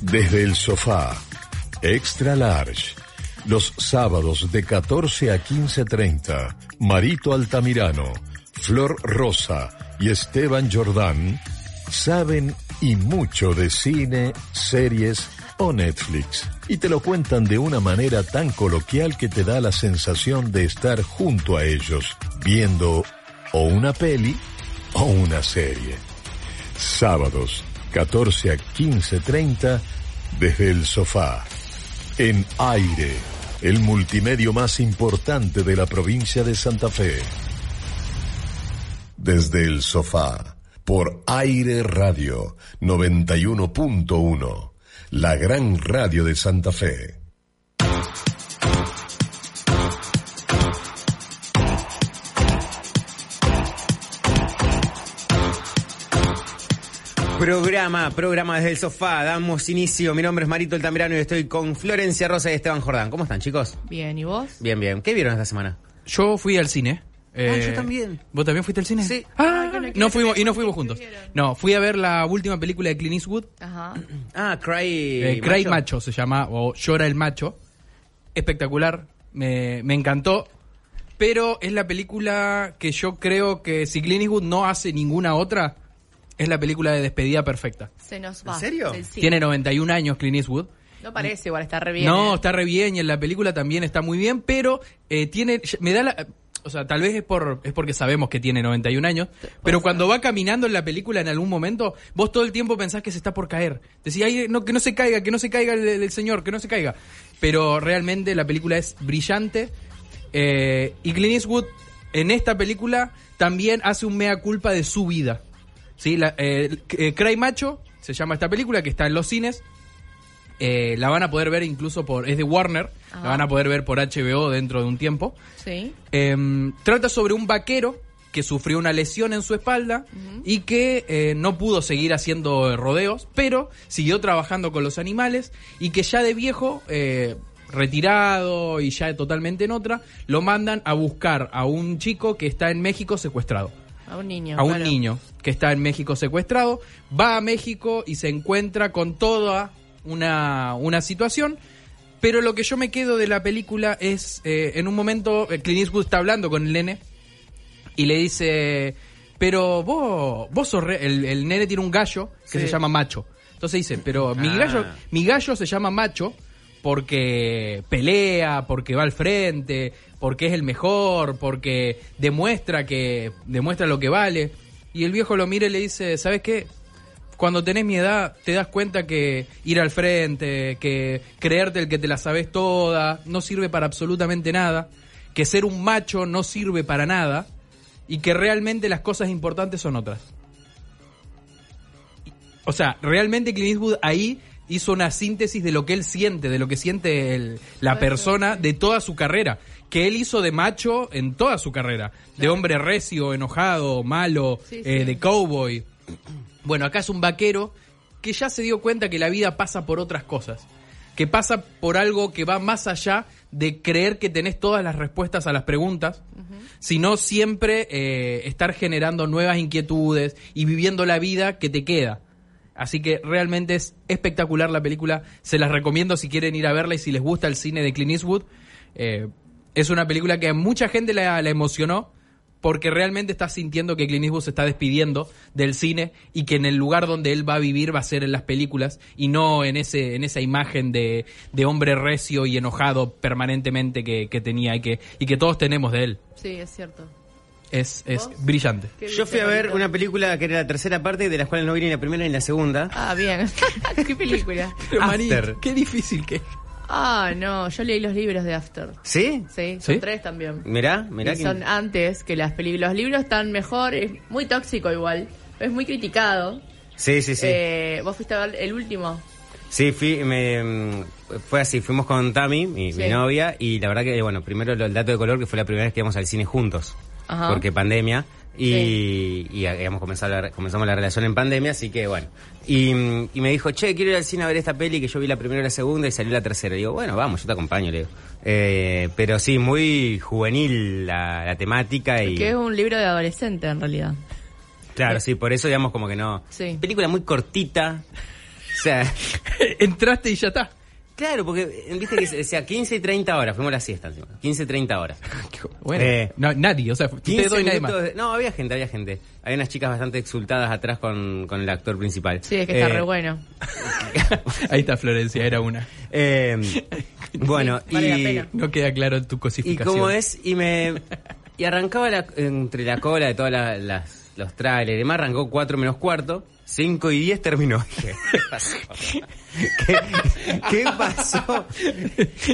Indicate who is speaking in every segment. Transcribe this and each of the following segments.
Speaker 1: Desde el sofá, Extra Large. Los sábados de 14 a 15.30, Marito Altamirano, Flor Rosa y Esteban Jordán saben y mucho de cine, series o Netflix. Y te lo cuentan de una manera tan coloquial que te da la sensación de estar junto a ellos, viendo o una peli o una serie. Sábados 14 a 15.30 desde el sofá. En aire, el multimedio más importante de la provincia de Santa Fe. Desde el sofá, por aire radio 91.1, la gran radio de Santa Fe.
Speaker 2: Programa, programa desde el sofá, damos inicio. Mi nombre es Marito Altamirano y estoy con Florencia Rosa y Esteban Jordán. ¿Cómo están, chicos?
Speaker 3: Bien, ¿y vos?
Speaker 2: Bien, bien. ¿Qué vieron esta semana?
Speaker 4: Yo fui al cine. Eh,
Speaker 2: yo también.
Speaker 4: ¿Vos también fuiste al cine?
Speaker 2: Sí.
Speaker 4: Ah,
Speaker 3: Ah, yo no quiero
Speaker 4: no fuimos,
Speaker 3: saber
Speaker 4: y no
Speaker 3: qué
Speaker 4: fuimos
Speaker 3: película
Speaker 4: juntos.
Speaker 3: vieron.
Speaker 4: No, fui a ver la última película de Clint Eastwood.
Speaker 3: Ajá.
Speaker 2: Ah, Cry.
Speaker 4: eh, Cry Macho. se llama, o Llora el Macho. Espectacular. Me, me encantó. Pero es la película que yo creo que si Clint Eastwood no hace ninguna otra, es la película de despedida perfecta.
Speaker 3: Se nos va.
Speaker 2: ¿En serio?
Speaker 3: del cine.
Speaker 4: Tiene 91 años Clint Eastwood.
Speaker 3: No parece, igual está re bien.
Speaker 4: No,
Speaker 3: eh.
Speaker 4: está re bien y en la película también está muy bien, pero eh, tiene, me da la, o sea, tal vez es por es porque sabemos que tiene 91 años, pero cuando va caminando en la película en algún momento, vos todo el tiempo pensás que se está por caer. Decís, "Ay, no, que no se caiga, que no se caiga el, el señor, que no se caiga. Pero realmente la película es brillante eh, y Clint Eastwood en esta película también hace un mea culpa de su vida. Sí, la, eh, eh, Cry Macho se llama esta película que está en los cines. Eh, la van a poder ver incluso por. Es de Warner. La
Speaker 3: Ajá.
Speaker 4: van a poder ver por HBO dentro de un tiempo.
Speaker 3: Sí.
Speaker 4: Em, trata sobre un vaquero que sufrió una lesión en su espalda y que eh, no pudo seguir haciendo eh, rodeos, pero siguió trabajando con los animales y que ya de viejo, eh, retirado y ya totalmente en otra, lo mandan a buscar a un chico que está en México secuestrado
Speaker 3: A un niño.
Speaker 4: a un
Speaker 3: claro.
Speaker 4: niño que está en México secuestrado, va a México y se encuentra con toda una, una situación. Pero lo que yo me quedo de la película es, eh, en un momento, eh, Clint Eastwood está hablando con el nene y le dice, pero vos, vos sos re-". el, el nene tiene un gallo que
Speaker 2: Sí.
Speaker 4: se llama Macho. Entonces dice, pero mi
Speaker 2: Ah.
Speaker 4: gallo, mi gallo se llama Macho porque pelea, porque va al frente, porque es el mejor, porque demuestra que demuestra lo que vale. Y el viejo lo mira y le dice, ¿sabes qué? Cuando tenés mi edad te das cuenta que ir al frente, que creerte el que te la sabes toda, no sirve para absolutamente nada, que ser un macho no sirve para nada y que realmente las cosas importantes son otras. O sea, realmente Clint Eastwood ahí hizo una síntesis de lo que él siente, de lo que siente el- la persona de toda su carrera. Que él hizo de macho en toda su carrera. De hombre recio, enojado, malo,
Speaker 3: Sí,
Speaker 4: eh,
Speaker 3: sí.
Speaker 4: de cowboy. Bueno, acá es un vaquero que ya se dio cuenta que la vida pasa por otras cosas. Que pasa por algo que va más allá de creer que tenés todas las respuestas a las preguntas, sino siempre eh, estar generando nuevas inquietudes y viviendo la vida que te queda. Así que realmente es espectacular la película. Se las recomiendo si quieren ir a verla y si les gusta el cine de Clint Eastwood. Eh, es una película que a mucha gente la, la emocionó porque realmente está sintiendo que Clint Eastwood se está despidiendo del cine y que en el lugar donde él va a vivir va a ser en las películas y no en ese en esa imagen de, de hombre recio y enojado permanentemente que, que tenía y que, y que todos tenemos de él.
Speaker 3: Sí, es cierto.
Speaker 4: Es, es
Speaker 3: ¿Vos?
Speaker 4: brillante.
Speaker 3: ¿Qué
Speaker 2: Yo
Speaker 3: viste,
Speaker 2: fui a ver
Speaker 3: Marito?
Speaker 2: una película que era la tercera parte, de las cuales no vi ni la primera ni la segunda.
Speaker 3: Ah, bien. ¿Qué película?
Speaker 2: Marín,
Speaker 4: qué difícil que
Speaker 3: Ah, no, yo leí los libros de After.
Speaker 2: ¿Sí?
Speaker 3: Sí, son
Speaker 4: ¿Sí?
Speaker 3: tres también.
Speaker 2: Mirá, mirá.
Speaker 3: Y
Speaker 2: que-
Speaker 3: son antes que las películas. Los libros están mejor, es muy tóxico igual, es muy criticado.
Speaker 2: Sí, sí, sí.
Speaker 3: Eh, ¿Vos fuiste a ver el último?
Speaker 2: Sí, fui- me, mm, fue así, fuimos con Tami, mi,
Speaker 3: Sí.
Speaker 2: mi novia, y la verdad que, eh, bueno, primero lo- el dato de color, que fue la primera vez que íbamos al cine juntos,
Speaker 3: Ajá.
Speaker 2: porque pandemia, y, y ah, habíamos comenzado la, re- comenzamos la relación en pandemia, así que bueno. Y, mm, y me dijo, che, quiero ir al cine a ver esta peli, que yo vi la primera y la segunda, y salió la tercera. Y digo, bueno, vamos, yo te acompaño, le digo. Eh, pero sí, muy juvenil la, la temática y...
Speaker 3: Que es un libro de adolescente, en realidad.
Speaker 2: Claro, sí, por eso digamos como que no...
Speaker 3: Sí.
Speaker 2: Película muy cortita, o sea...
Speaker 4: Entraste y ya está.
Speaker 2: Claro, porque eh, viste que se decía 15 y 30 horas, fuimos a la siesta encima. 15 y 30 horas.
Speaker 4: Bueno,
Speaker 2: Eh,
Speaker 4: no, nadie, o sea, te
Speaker 2: 15
Speaker 4: doy nadie más.
Speaker 2: minutos de- No, había gente, había gente. Había unas chicas bastante exultadas atrás con, con el actor principal.
Speaker 3: Sí, es que está
Speaker 2: Eh,
Speaker 3: re bueno.
Speaker 4: Ahí está Florencia, era una.
Speaker 2: eh, bueno,
Speaker 3: Sí, vale la
Speaker 2: y,
Speaker 3: pena.
Speaker 4: No queda claro en tu
Speaker 2: y
Speaker 4: cosificación.
Speaker 2: cómo es, y me. Y arrancaba la- entre la cola de todas la- las, los trailers y demás, arrancó 4 menos cuarto, 5 y 10 terminó. Dije, ¿Qué pasó? ¿Qué, qué pasó?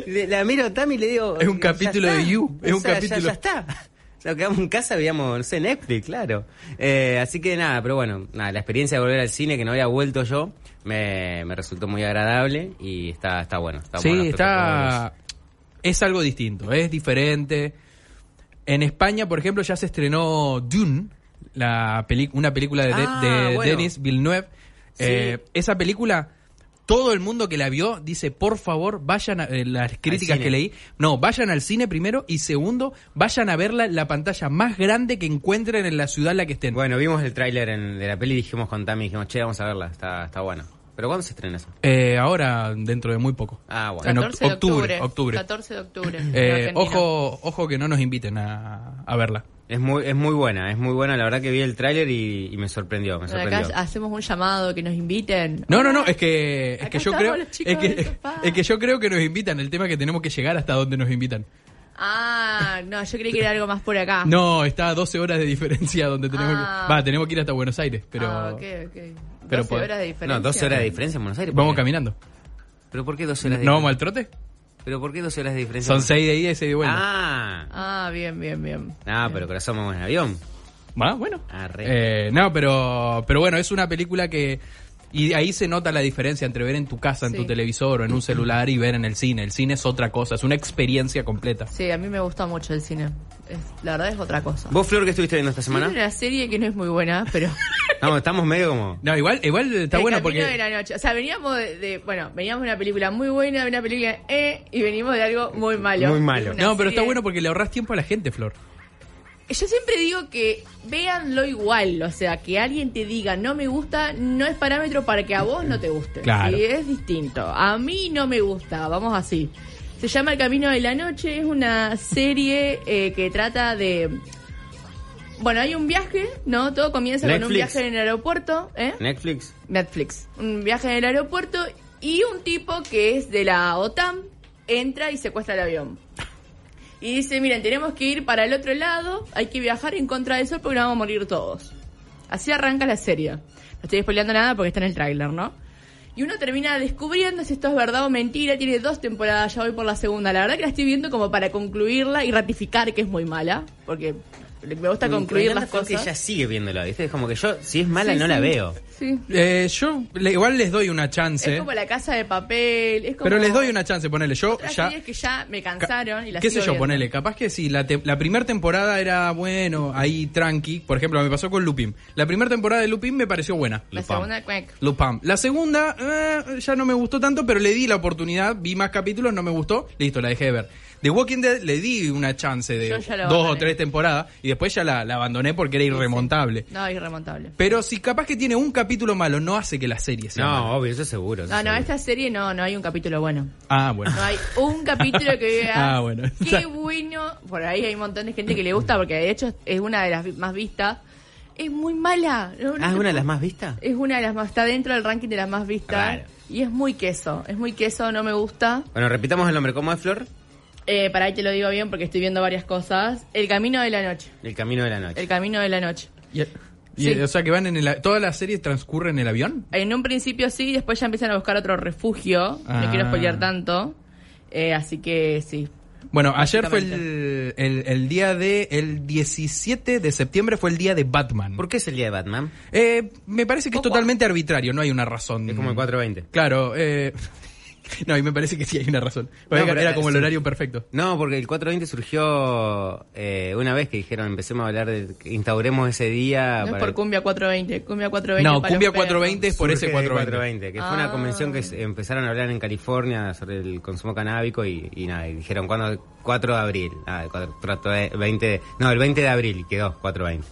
Speaker 2: Le- La miro a Tami y le digo.
Speaker 4: Es un
Speaker 2: "Ya
Speaker 4: capítulo
Speaker 2: está".
Speaker 4: de You, es
Speaker 2: O
Speaker 4: un
Speaker 2: sea, ya-
Speaker 4: capítulo.
Speaker 2: ya está. O sea, quedamos en casa, veíamos, no sé, Netflix, claro. Eh, así que nada, pero bueno, nada, la experiencia de volver al cine que no había vuelto yo me, me resultó muy agradable y está, está bueno. Está
Speaker 4: Sí,
Speaker 2: bueno,
Speaker 4: está. Es algo distinto, es diferente. En España, por ejemplo, ya se estrenó Dune, la peli- una película de, de-
Speaker 2: Ah,
Speaker 4: de
Speaker 2: bueno.
Speaker 4: Denis Villeneuve. Eh, esa película, todo el mundo que la vio dice, por favor, vayan a eh, las críticas
Speaker 2: cine.
Speaker 4: que leí. No, vayan al cine primero y segundo, vayan a verla en la pantalla más grande que encuentren en la ciudad en la que estén.
Speaker 2: Bueno, vimos el tráiler en- de la peli y dijimos con Tami, dijimos, che, vamos a verla, está, está bueno. ¿Pero cuándo se estrena eso?
Speaker 4: Eh, ahora, dentro de muy poco.
Speaker 2: Ah, bueno.
Speaker 4: En oc-
Speaker 3: 14 de octubre.
Speaker 4: octubre, octubre.
Speaker 3: 14 de octubre.
Speaker 4: Eh,
Speaker 3: en Argentina.
Speaker 4: ojo, ojo que no nos inviten a, a verla.
Speaker 2: Es muy, es muy buena, es muy buena, la verdad que vi el tráiler y, y me sorprendió, me
Speaker 3: Bueno, Acá
Speaker 2: sorprendió.
Speaker 3: hacemos un llamado que nos inviten.
Speaker 4: No, no, no, es que, es
Speaker 3: Acá
Speaker 4: que yo
Speaker 3: estamos
Speaker 4: creo
Speaker 3: los
Speaker 4: es
Speaker 3: chicos
Speaker 4: que,
Speaker 3: del sofá.
Speaker 4: es que yo creo que nos invitan, el tema es que tenemos que llegar hasta donde nos invitan.
Speaker 3: Ah, no, yo creí que era algo más por acá.
Speaker 4: No, está a 12 horas de diferencia donde tenemos
Speaker 3: Ah.
Speaker 4: que va, tenemos que ir hasta Buenos Aires, pero
Speaker 3: Ah, ok, ok.
Speaker 4: pero
Speaker 3: 12
Speaker 4: pod-
Speaker 3: horas de diferencia.
Speaker 2: No, 12 horas de diferencia en Buenos Aires.
Speaker 4: vamos
Speaker 2: ¿por qué?
Speaker 4: caminando.
Speaker 2: ¿Pero por qué 12 horas de
Speaker 4: ¿No vamos al
Speaker 2: diferencia?
Speaker 4: trote?
Speaker 2: ¿Pero por qué 12 horas de diferencia?
Speaker 4: Son 6 de ida y 6 de vuelta.
Speaker 2: Ah,
Speaker 3: Ah, bien, bien, bien.
Speaker 2: ah, pero corazón, vamos en avión.
Speaker 4: Ah, bueno.
Speaker 2: Arre.
Speaker 4: Eh, no, pero pero bueno, es una película que y ahí se nota la diferencia entre ver en tu casa, en
Speaker 3: Sí.
Speaker 4: tu televisor o en un celular y ver en el cine. El cine es otra cosa, es una experiencia completa.
Speaker 3: Sí, a mí me gusta mucho el cine. Es- la verdad es otra cosa.
Speaker 2: ¿Vos, Flor, qué estuviste viendo esta
Speaker 3: Tiene
Speaker 2: semana?
Speaker 3: una serie que no es muy buena, pero...
Speaker 2: No, estamos medio como...
Speaker 4: No, igual igual está
Speaker 3: El
Speaker 4: bueno
Speaker 3: Camino
Speaker 4: porque
Speaker 3: de la noche. O sea, veníamos de, de- Bueno, veníamos de una película muy buena, de una película... Eh, y venimos de algo muy malo.
Speaker 2: Muy malo.
Speaker 3: Una
Speaker 4: No, pero está
Speaker 3: serie-
Speaker 4: bueno porque le ahorras tiempo a la gente, Flor.
Speaker 3: Yo siempre digo que véanlo igual, o sea, que alguien te diga no me gusta no es parámetro para que a vos no te guste.
Speaker 4: Claro.
Speaker 3: Y es distinto. A mí no me gusta, vamos así. Se llama El Camino de la Noche, es una serie eh, que trata de... Bueno, hay un viaje, ¿no? Todo comienza con un
Speaker 2: Netflix.
Speaker 3: viaje en el aeropuerto, ¿eh?
Speaker 2: Netflix.
Speaker 3: Netflix. Un viaje en el aeropuerto y un tipo que es de la OTAN entra y secuestra el avión. Y dice, miren, tenemos que ir para el otro lado, hay que viajar en contra del sol porque nos vamos a morir todos. Así arranca la serie. No estoy spoileando nada porque está en el tráiler, ¿no? Y uno termina descubriendo si esto es verdad o mentira. Tiene dos temporadas, ya voy por la segunda. La verdad que la estoy viendo como para concluirla y ratificar que es muy mala. Porque me gusta concluir
Speaker 2: Me encanta,
Speaker 3: las
Speaker 2: Flor, que
Speaker 3: cosas.
Speaker 2: ella sigue viéndola, ¿viste? Es como que yo, si es mala,
Speaker 3: Sí,
Speaker 2: no la
Speaker 3: sí.
Speaker 2: veo.
Speaker 3: Sí.
Speaker 4: Eh, yo le- igual les doy una chance.
Speaker 3: Es como la casa de papel. Es como
Speaker 4: Pero les doy una chance, ponele. Yo
Speaker 3: Otras
Speaker 4: ya.
Speaker 3: series que ya me
Speaker 4: ca-
Speaker 3: cansaron y las
Speaker 4: ¿Qué sé
Speaker 3: sigo
Speaker 4: yo?
Speaker 3: viendo.
Speaker 4: Ponele. Capaz que si la, te- la primera temporada era bueno, ahí tranqui. Por ejemplo, me pasó con Lupin. La primera temporada de Lupin me pareció buena.
Speaker 3: La segunda, cuec.
Speaker 4: Lupin. La segunda eh, ya no me gustó tanto, pero le di la oportunidad. Vi más capítulos, no me gustó. Listo, la dejé de ver. The Walking Dead le di una chance de
Speaker 3: Yo ya la
Speaker 4: dos o
Speaker 3: abandoné.
Speaker 4: tres temporadas y después ya la, la abandoné porque era irremontable.
Speaker 3: No, irremontable.
Speaker 4: Pero si capaz que tiene un capítulo malo, no hace que la serie sea mala.
Speaker 2: No, obvio, eso seguro. eso
Speaker 3: Ah, No, no,
Speaker 2: seguro.
Speaker 3: esta serie no, no hay un capítulo bueno.
Speaker 4: Ah, bueno.
Speaker 3: No hay un capítulo que veas.
Speaker 4: Ah, bueno.
Speaker 3: Qué bueno. Por ahí hay un montón de gente que le gusta porque de hecho es una de las vi- más vistas. Es muy mala. No, no
Speaker 2: Ah, ¿es
Speaker 3: te
Speaker 2: una de las
Speaker 3: puedo-
Speaker 2: más vistas?
Speaker 3: Es una de las más, está dentro del ranking de las más vistas.
Speaker 2: Raro.
Speaker 3: Y es muy queso, es muy queso, no me gusta.
Speaker 2: Bueno, repitamos el nombre. ¿Cómo es, Flor?
Speaker 3: Eh, para ahí te lo digo bien porque estoy viendo varias cosas. El camino de la noche.
Speaker 2: El Camino de la Noche.
Speaker 3: El camino de la noche.
Speaker 4: Y- y-
Speaker 3: Sí.
Speaker 4: O sea que van en el toda la serie transcurre en el avión.
Speaker 3: En un principio sí, después ya empiezan a buscar otro refugio.
Speaker 4: Ah.
Speaker 3: No quiero spoilear tanto. Eh, así que sí.
Speaker 4: Bueno, ayer fue el, el- el día de. El 17 de septiembre fue el día de Batman.
Speaker 2: ¿Por qué es el día de Batman?
Speaker 4: Eh, me parece que es totalmente arbitrario, no hay una razón.
Speaker 2: Es como el 420.
Speaker 4: Claro, eh, no, y me parece que sí hay una razón. Porque
Speaker 2: pero,
Speaker 4: era como el
Speaker 2: sí.
Speaker 4: horario perfecto.
Speaker 2: No, porque el 420 surgió eh, una vez que dijeron, empecemos a hablar, de, que instauremos ese día.
Speaker 3: No es
Speaker 2: para-
Speaker 3: por Cumbia 420, Cumbia 420.
Speaker 4: Ah, No,
Speaker 3: para los
Speaker 4: Cumbia
Speaker 3: perros.
Speaker 4: 420 es por
Speaker 2: Surge
Speaker 4: ese
Speaker 2: de
Speaker 4: 420.
Speaker 2: que fue una
Speaker 3: Ah.
Speaker 2: convención que se- empezaron a hablar en California sobre el consumo canábico y, y nada, y dijeron, ¿cuándo? 4 de abril. Ah, el 4 420 no, el 20 de abril quedó, 420.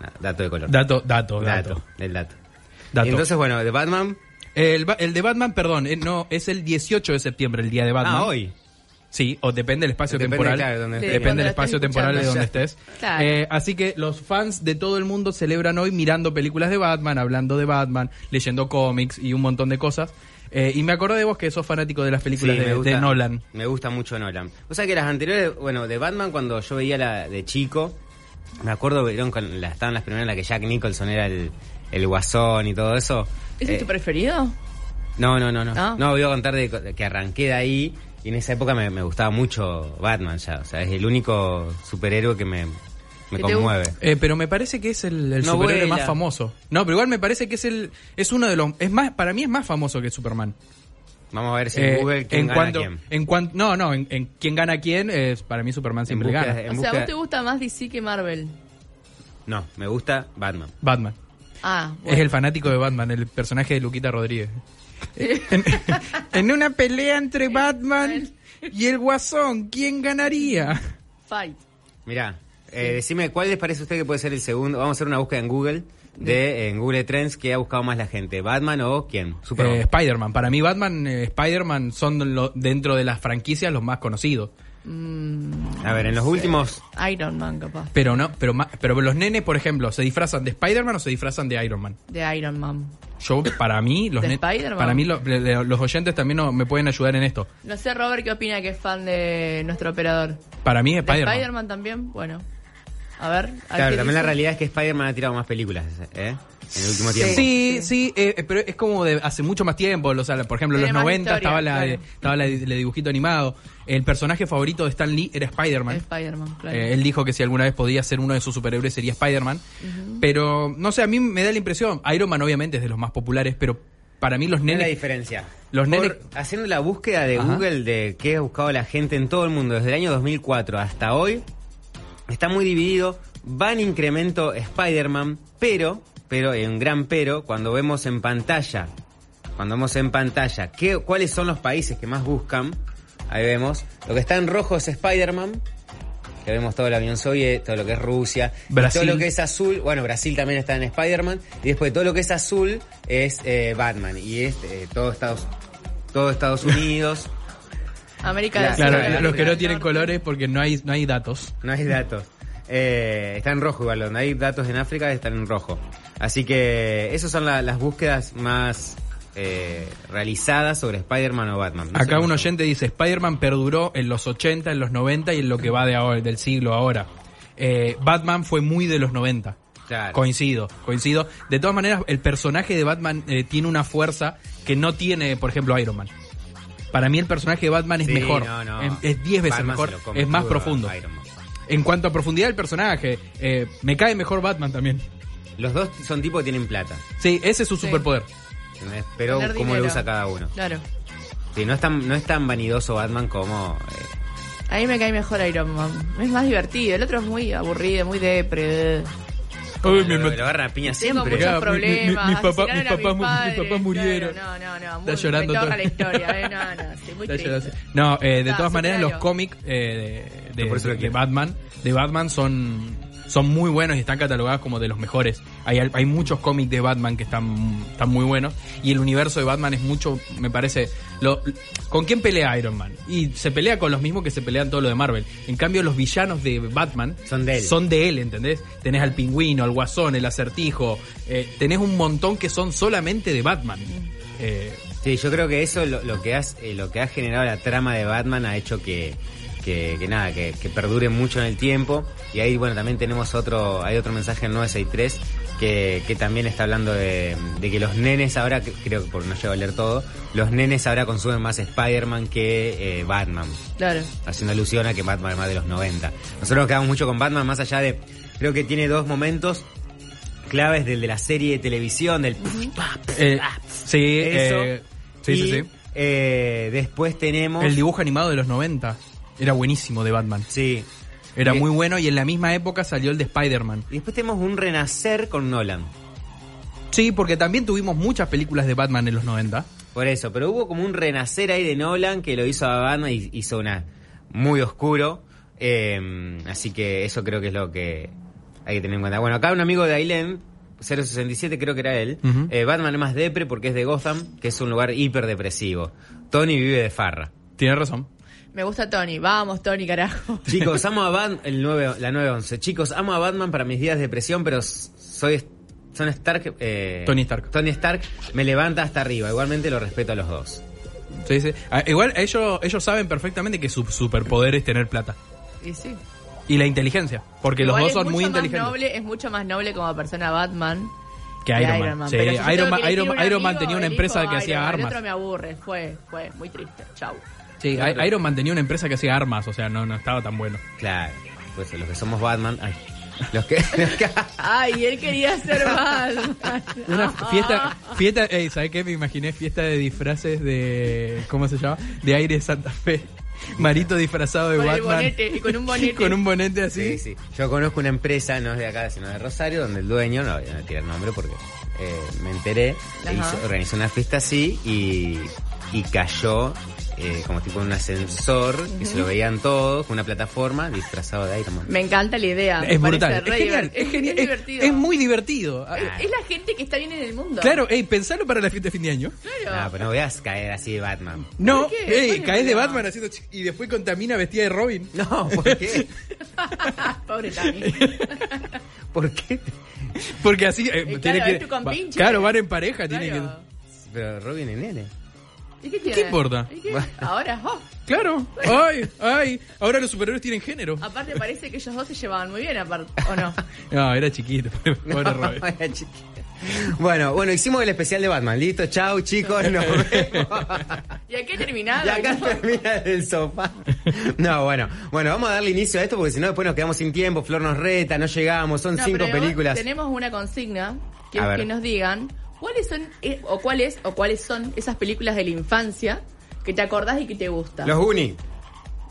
Speaker 2: Nada, dato de color.
Speaker 4: Dato, dato, dato.
Speaker 2: el dato.
Speaker 4: Dato.
Speaker 2: Y entonces, bueno, de Batman.
Speaker 4: El, ba- el de Batman, perdón, eh, no, es el 18 de septiembre, el día de Batman.
Speaker 2: Ah, hoy.
Speaker 4: Sí, o depende del espacio
Speaker 2: Depende,
Speaker 4: temporal.
Speaker 2: claro, donde estés.
Speaker 4: depende
Speaker 3: Cuando
Speaker 4: del
Speaker 3: lo
Speaker 4: espacio
Speaker 3: estés
Speaker 4: temporal de donde
Speaker 3: escuchando.
Speaker 4: estés.
Speaker 3: Claro.
Speaker 4: Eh, así que los fans de todo el mundo celebran hoy mirando películas de Batman, hablando de Batman, leyendo cómics y un montón de cosas. Eh, y me acordé de vos que sos fanático de las películas
Speaker 2: Sí,
Speaker 4: de, de Nolan.
Speaker 2: Me gusta mucho Nolan. O sea que las anteriores, bueno, de Batman cuando yo veía la de chico, me acuerdo, vieron, con la, estaban las primeras en las que Jack Nicholson era el, el guasón y todo eso.
Speaker 3: ¿Ese
Speaker 2: Eh,
Speaker 3: es tu preferido?
Speaker 2: No, no, no, no.
Speaker 3: Ah.
Speaker 2: No, voy a contar de, co- de que arranqué de ahí y en esa época me, me gustaba mucho Batman ya. O sea, es el único superhéroe que me, me
Speaker 3: Que te
Speaker 2: conmueve.
Speaker 4: Eh, pero me parece que es el, el
Speaker 2: No
Speaker 4: superhéroe
Speaker 2: vuela.
Speaker 4: más famoso. No, pero igual me parece que es el es uno de los es más para mí es más famoso que Superman.
Speaker 2: Vamos a ver si
Speaker 4: Eh,
Speaker 2: en Google quién
Speaker 4: en
Speaker 2: gana
Speaker 4: cuanto
Speaker 2: quién.
Speaker 4: en cuanto no no en, en quién gana quién es para mí Superman siempre le
Speaker 2: busca-
Speaker 4: gana.
Speaker 2: en
Speaker 3: O
Speaker 2: busca-
Speaker 3: sea, ¿vos te gusta más DC que Marvel?
Speaker 2: No, me gusta Batman.
Speaker 4: Batman.
Speaker 3: Ah,
Speaker 4: Es
Speaker 3: bueno.
Speaker 4: el fanático de Batman, el personaje de Luquita Rodríguez. en, en una pelea entre Batman y el Guasón, ¿quién ganaría?
Speaker 3: Fight.
Speaker 2: Mirá, eh, decime cuál les parece a usted que puede ser el segundo. Vamos a hacer una búsqueda en Google de eh, en Google Trends que ha buscado más la gente, Batman o quién? Superman.
Speaker 4: Eh, Spider-Man. Para mí Batman, eh, Spider-Man son lo- dentro de las franquicias los más conocidos.
Speaker 2: a ver, en los últimos
Speaker 3: Iron Man, capaz.
Speaker 4: Pero no, pero ma- pero los nenes, por ejemplo, se disfrazan de Spider-Man o se disfrazan de Iron Man.
Speaker 3: De Iron Man.
Speaker 4: Yo para mí los
Speaker 3: ¿De
Speaker 4: ne-
Speaker 3: Spider-Man?
Speaker 4: para mí lo- le- le- los oyentes también no- me pueden ayudar en esto.
Speaker 3: No sé, Robert, ¿qué opina que es fan de nuestro operador?
Speaker 4: Para mí es
Speaker 3: ¿De
Speaker 4: Spider-Man.
Speaker 3: Spider-Man también? Bueno. A ver. ¿a
Speaker 2: Claro,
Speaker 3: qué
Speaker 2: también la
Speaker 3: dice?
Speaker 2: realidad es que Spider-Man ha tirado más películas, ¿eh? En el último tiempo.
Speaker 4: Sí, sí, eh, eh, pero es como de hace mucho más tiempo. O sea, por ejemplo, en los
Speaker 3: Tiene más
Speaker 4: 90
Speaker 3: historia,
Speaker 4: estaba, la,
Speaker 3: claro.
Speaker 4: eh, estaba la, de- el dibujito animado. El personaje favorito de Stan Lee era Spider-Man.
Speaker 3: Spider-Man, claro.
Speaker 4: Eh, él dijo que si alguna vez podía ser uno de sus superhéroes sería Spider-Man. Pero, no sé, a mí me da la impresión. Iron Man, obviamente, es de los más populares, pero para mí los
Speaker 2: ¿Cuál es la
Speaker 4: nenes.
Speaker 2: diferencia?
Speaker 4: Los
Speaker 2: Por-
Speaker 4: nenes-
Speaker 2: Haciendo la búsqueda de
Speaker 4: Ajá.
Speaker 2: Google de qué ha buscado la gente en todo el mundo desde el año 2004 hasta hoy, está muy dividido. Va en incremento Spider-Man, pero, pero, en gran pero, cuando vemos en pantalla, cuando vemos en pantalla qué, cuáles son los países que más buscan, ahí vemos, lo que está en rojo es Spider-Man, que vemos toda la Unión Soviética, todo lo que es Rusia, y
Speaker 4: Brasil.
Speaker 2: todo lo que es azul, bueno, Brasil también está en Spider-Man, y después todo lo que es azul es eh, Batman, y es eh, todo Estados, todo Estados Unidos,
Speaker 3: América
Speaker 2: Claro,
Speaker 3: del
Speaker 4: Claro,
Speaker 3: Sur.
Speaker 2: Sí,
Speaker 4: los que no
Speaker 3: Norte.
Speaker 4: tienen colores porque no hay, no hay datos.
Speaker 2: no hay datos. Eh, está en rojo igual, donde hay datos en África están en rojo. Así que esas son la- las búsquedas más eh, realizadas sobre Spider-Man o Batman. No sé
Speaker 4: Acá
Speaker 2: cómo
Speaker 4: un
Speaker 2: son.
Speaker 4: oyente dice, Spider-Man perduró en los 80, en los 90 y en lo que va de ahora, del siglo ahora. Eh, Batman fue muy de los 90.
Speaker 2: Claro.
Speaker 4: Coincido, coincido. De todas maneras, el personaje de Batman eh, tiene una fuerza que no tiene, por ejemplo, Iron Man. Para mí el personaje de Batman es
Speaker 2: Sí,
Speaker 4: mejor,
Speaker 2: no, no.
Speaker 4: Em- es 10 veces
Speaker 2: Batman
Speaker 4: mejor,
Speaker 2: se lo come
Speaker 4: es más
Speaker 2: crudo a
Speaker 4: profundo.
Speaker 2: Iron Man.
Speaker 4: En cuanto a profundidad del personaje, eh, me cae mejor Batman también.
Speaker 2: Los dos son tipos que tienen plata,
Speaker 4: Sí, ese es su superpoder.
Speaker 2: ¿entendés? pero
Speaker 3: Tener
Speaker 2: cómo lo
Speaker 3: dinero.
Speaker 2: usa cada uno.
Speaker 3: Claro.
Speaker 2: Sí, no es tan, no es tan vanidoso Batman como... eh,
Speaker 3: A mí me cae mejor Iron Man. Es más divertido. El otro es muy aburrido, muy depre.
Speaker 4: Uy, mi
Speaker 2: lo,
Speaker 4: ma-
Speaker 2: lo agarra a piña
Speaker 3: Tengo
Speaker 2: siempre.
Speaker 4: Ya,
Speaker 3: muchos
Speaker 4: Ah, mi- mi-
Speaker 3: problemas.
Speaker 4: mis papás-
Speaker 3: asesinaron
Speaker 4: mis
Speaker 3: a
Speaker 4: papás mu- mis
Speaker 3: padres,
Speaker 4: papás murieron.
Speaker 3: Claro, no, no, no. Muy,
Speaker 4: Está llorando
Speaker 3: me toca
Speaker 4: todo.
Speaker 3: la historia. eh, no, no. Sí, muy
Speaker 4: Está
Speaker 3: triste.
Speaker 4: llorando. No, eh, de
Speaker 3: Está,
Speaker 4: todas maneras los
Speaker 3: supéralo.
Speaker 4: cómics eh, de,
Speaker 2: Yo por eso lo
Speaker 4: de- de
Speaker 2: quiero.
Speaker 4: Batman, de Batman son son muy buenos y están catalogados como de los mejores. Hay, al- hay muchos cómics de Batman que están, están muy buenos y el universo de Batman es mucho, me parece, lo, ¿con quién pelea Iron Man? Y se pelea con los mismos que se pelean todo lo de Marvel. En cambio los villanos de Batman
Speaker 2: Son de él.
Speaker 4: son de él, ¿entendés? Tenés al pingüino, al guasón, el acertijo, eh, tenés un montón que son solamente de Batman.
Speaker 3: Mm.
Speaker 4: Eh,
Speaker 2: Sí, yo creo que eso lo, lo que has, eh, lo que ha generado la trama de Batman ha hecho que, que, que nada, que, que perdure mucho en el tiempo. Y ahí bueno también tenemos otro, hay otro mensaje en 963 que, que también está hablando de, de que los nenes ahora, que- creo que por no llego a leer todo, los nenes ahora consumen más Spider-Man que eh, Batman,
Speaker 3: Claro.
Speaker 2: haciendo alusión a que Batman es más de los 90. Nosotros nos quedamos mucho con Batman, más allá de, creo que tiene dos momentos claves del de la serie de televisión, del...
Speaker 4: Eh,
Speaker 3: Ah,
Speaker 4: sí,
Speaker 2: Eso.
Speaker 4: eh, sí, sí,
Speaker 2: Y,
Speaker 4: sí.
Speaker 2: eh, después tenemos...
Speaker 4: El dibujo animado de los 90 era buenísimo de Batman.
Speaker 2: Sí.
Speaker 4: Era
Speaker 2: Eh,
Speaker 4: muy bueno y en la misma época salió el de Spider-Man.
Speaker 2: Y después tenemos un renacer con Nolan.
Speaker 4: Sí, porque también tuvimos muchas películas de Batman en los 90.
Speaker 2: Por eso, pero hubo como un renacer ahí de Nolan que lo hizo a Batman y hizo una muy oscuro. Eh, así que eso creo que es lo que hay que tener en cuenta. Bueno, acá un amigo de Ailén, 067 creo que era él.
Speaker 4: Ujú.
Speaker 2: eh, Batman es más depre porque es de Gotham, que es un lugar hiper depresivo. Tony vive de farra.
Speaker 4: Tienes razón.
Speaker 3: Me gusta Tony. Vamos, Tony, carajo.
Speaker 2: Chicos, amo a Batman, el 9, la 911. Chicos, amo a Batman para mis días de depresión, pero s- soy son Stark. eh,
Speaker 4: Tony Stark.
Speaker 2: Tony Stark me levanta hasta arriba. Igualmente lo respeto a los dos.
Speaker 4: Sí, sí. Ah, Igual ellos, ellos saben perfectamente que su superpoder es tener plata.
Speaker 3: Y sí.
Speaker 4: Y la inteligencia. Porque
Speaker 3: Igual
Speaker 4: los
Speaker 3: es
Speaker 4: dos son
Speaker 3: mucho
Speaker 4: muy
Speaker 3: más
Speaker 4: inteligentes.
Speaker 3: Noble, es mucho más noble como persona Batman
Speaker 4: que
Speaker 3: que
Speaker 4: Iron, Man. Sí,
Speaker 3: Pero si yo
Speaker 4: Iron
Speaker 3: tengo
Speaker 4: Man,
Speaker 3: que elegir
Speaker 4: Iron-
Speaker 3: un
Speaker 4: Iron Man
Speaker 3: amigo,
Speaker 4: tenía una
Speaker 3: elijo
Speaker 4: empresa
Speaker 3: a
Speaker 4: que hacía
Speaker 3: Iron Man. El
Speaker 4: armas.
Speaker 3: otro me aburre. Fue, fue muy triste. Chau.
Speaker 4: Sí, I- Iron Man tenía una empresa que hacía armas, o sea, no, no estaba tan bueno.
Speaker 2: Claro, pues los que somos Batman, ay, los que, los que-
Speaker 3: Ay, él quería ser Batman.
Speaker 4: Una fiesta, fiesta, ey, ¿sabes qué? Me imaginé fiesta de disfraces de, ¿cómo se llama? De aire de Santa Fe. Marito disfrazado de
Speaker 3: Con el
Speaker 4: Batman.
Speaker 3: bonete, y con un bonete.
Speaker 4: con un bonete así.
Speaker 2: sí, sí. Yo conozco una empresa, no es de acá, sino de Rosario, donde el dueño, no voy a tirar nombre porque eh, me enteré, e
Speaker 3: Ajá.
Speaker 2: hizo- organizó una fiesta así y, y cayó eh, como tipo en un ascensor, que se lo veían todos, con una plataforma, disfrazado de Iron Man.
Speaker 3: Me encanta la idea. Ah, me
Speaker 4: Es brutal.
Speaker 3: parece re
Speaker 4: Es genial.
Speaker 3: divertido.
Speaker 4: Es, genial,
Speaker 3: Es
Speaker 4: es-
Speaker 3: divertido.
Speaker 4: es muy divertido. Ah,
Speaker 3: Es la gente que está bien en el mundo.
Speaker 4: Claro, ey, pensalo para la fiesta de fin de año.
Speaker 3: Claro.
Speaker 2: No, pero no veas caer así de Batman.
Speaker 4: No,
Speaker 3: ¿Por qué?
Speaker 4: ey,
Speaker 3: ¿Cuál es el
Speaker 4: caes de
Speaker 3: problema?
Speaker 4: Batman haciendo ch- y después contamina vestida de Robin.
Speaker 2: No, ¿por qué?
Speaker 3: Ah, Pobre Tami.
Speaker 2: ¿Por qué?
Speaker 4: Porque así eh,
Speaker 3: claro,
Speaker 4: tiene
Speaker 3: es
Speaker 4: que
Speaker 3: tu compinche.
Speaker 4: Claro, van en pareja, tiene que
Speaker 3: Claro.
Speaker 2: Pero Robin es nene.
Speaker 3: ¿Y qué tiene?
Speaker 4: importa?
Speaker 3: ¿Y qué? Ahora, oh,
Speaker 4: Claro. Ay, ay, ahora los superhéroes tienen género.
Speaker 3: aparte parece que ellos dos se llevaban muy bien, aparte, ¿o no?
Speaker 4: No, era chiquito. Pobre Robin.
Speaker 2: Ay, chiquita. bueno, bueno, hicimos el especial de Batman. Listo, chau chicos, nos vemos.
Speaker 3: Y aquí he terminado.
Speaker 2: Y acá
Speaker 3: ¿no?
Speaker 2: termina el sofá. No, bueno. Bueno, vamos a darle inicio a esto porque si no después nos quedamos sin tiempo. Flor nos reta, no llegamos, son
Speaker 3: No,
Speaker 2: cinco
Speaker 3: pero
Speaker 2: películas.
Speaker 3: Tenemos una consigna que
Speaker 2: A
Speaker 3: es
Speaker 2: ver.
Speaker 3: que nos digan cuáles son eh, o cuáles o cuáles son esas películas de la infancia que te acordás y que te gustan.
Speaker 2: Los Uni.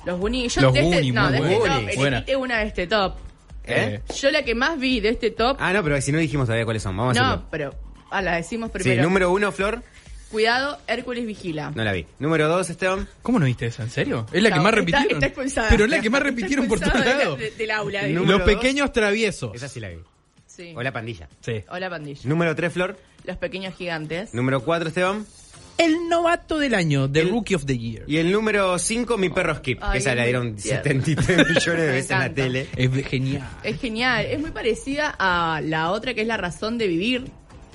Speaker 3: Los Goonies. Yo
Speaker 4: Los
Speaker 3: de este-
Speaker 4: Goonies,
Speaker 3: no,
Speaker 4: muy
Speaker 3: de este
Speaker 2: buena.
Speaker 3: top,
Speaker 2: Goonies,
Speaker 3: elegí
Speaker 4: buena.
Speaker 3: una de este top.
Speaker 2: ¿Eh?
Speaker 3: Yo la que más vi de este top,
Speaker 2: Ah, no, pero si no dijimos todavía cuáles son. Vamos a
Speaker 3: no,
Speaker 2: decirlo.
Speaker 3: pero ah, la decimos
Speaker 2: Sí,
Speaker 3: primero.
Speaker 2: número uno, Flor.
Speaker 3: Cuidado, Hércules vigila.
Speaker 2: No la vi. Número dos, Esteban.
Speaker 4: ¿Cómo no viste esa? ¿En serio? Es la que
Speaker 3: No,
Speaker 4: más
Speaker 3: está-
Speaker 4: repitieron.
Speaker 3: está expulsada.
Speaker 4: Pero es la que más
Speaker 3: Está
Speaker 4: repitieron por
Speaker 3: expulsada
Speaker 4: todos
Speaker 3: de la-
Speaker 4: lados.
Speaker 3: de- del aula. digo.
Speaker 2: Número
Speaker 4: Los
Speaker 2: dos.
Speaker 4: pequeños traviesos.
Speaker 2: Esa sí la vi.
Speaker 3: Sí.
Speaker 2: O la pandilla.
Speaker 4: Sí.
Speaker 3: Hola, pandilla.
Speaker 2: Número tres, Flor.
Speaker 3: Los pequeños gigantes.
Speaker 2: Número cuatro, Esteban.
Speaker 4: El novato del año, The
Speaker 2: El-
Speaker 4: Rookie of the Year.
Speaker 2: Y el número cinco, mi perro Skip.
Speaker 3: Ay,
Speaker 2: que esa
Speaker 3: es
Speaker 2: la
Speaker 3: muy
Speaker 2: dieron
Speaker 3: tierno.
Speaker 2: 73 millones de
Speaker 3: Me
Speaker 2: veces en la
Speaker 3: encanta.
Speaker 2: tele.
Speaker 4: Es genial.
Speaker 3: Es genial, es muy parecida a la otra que es la razón de vivir,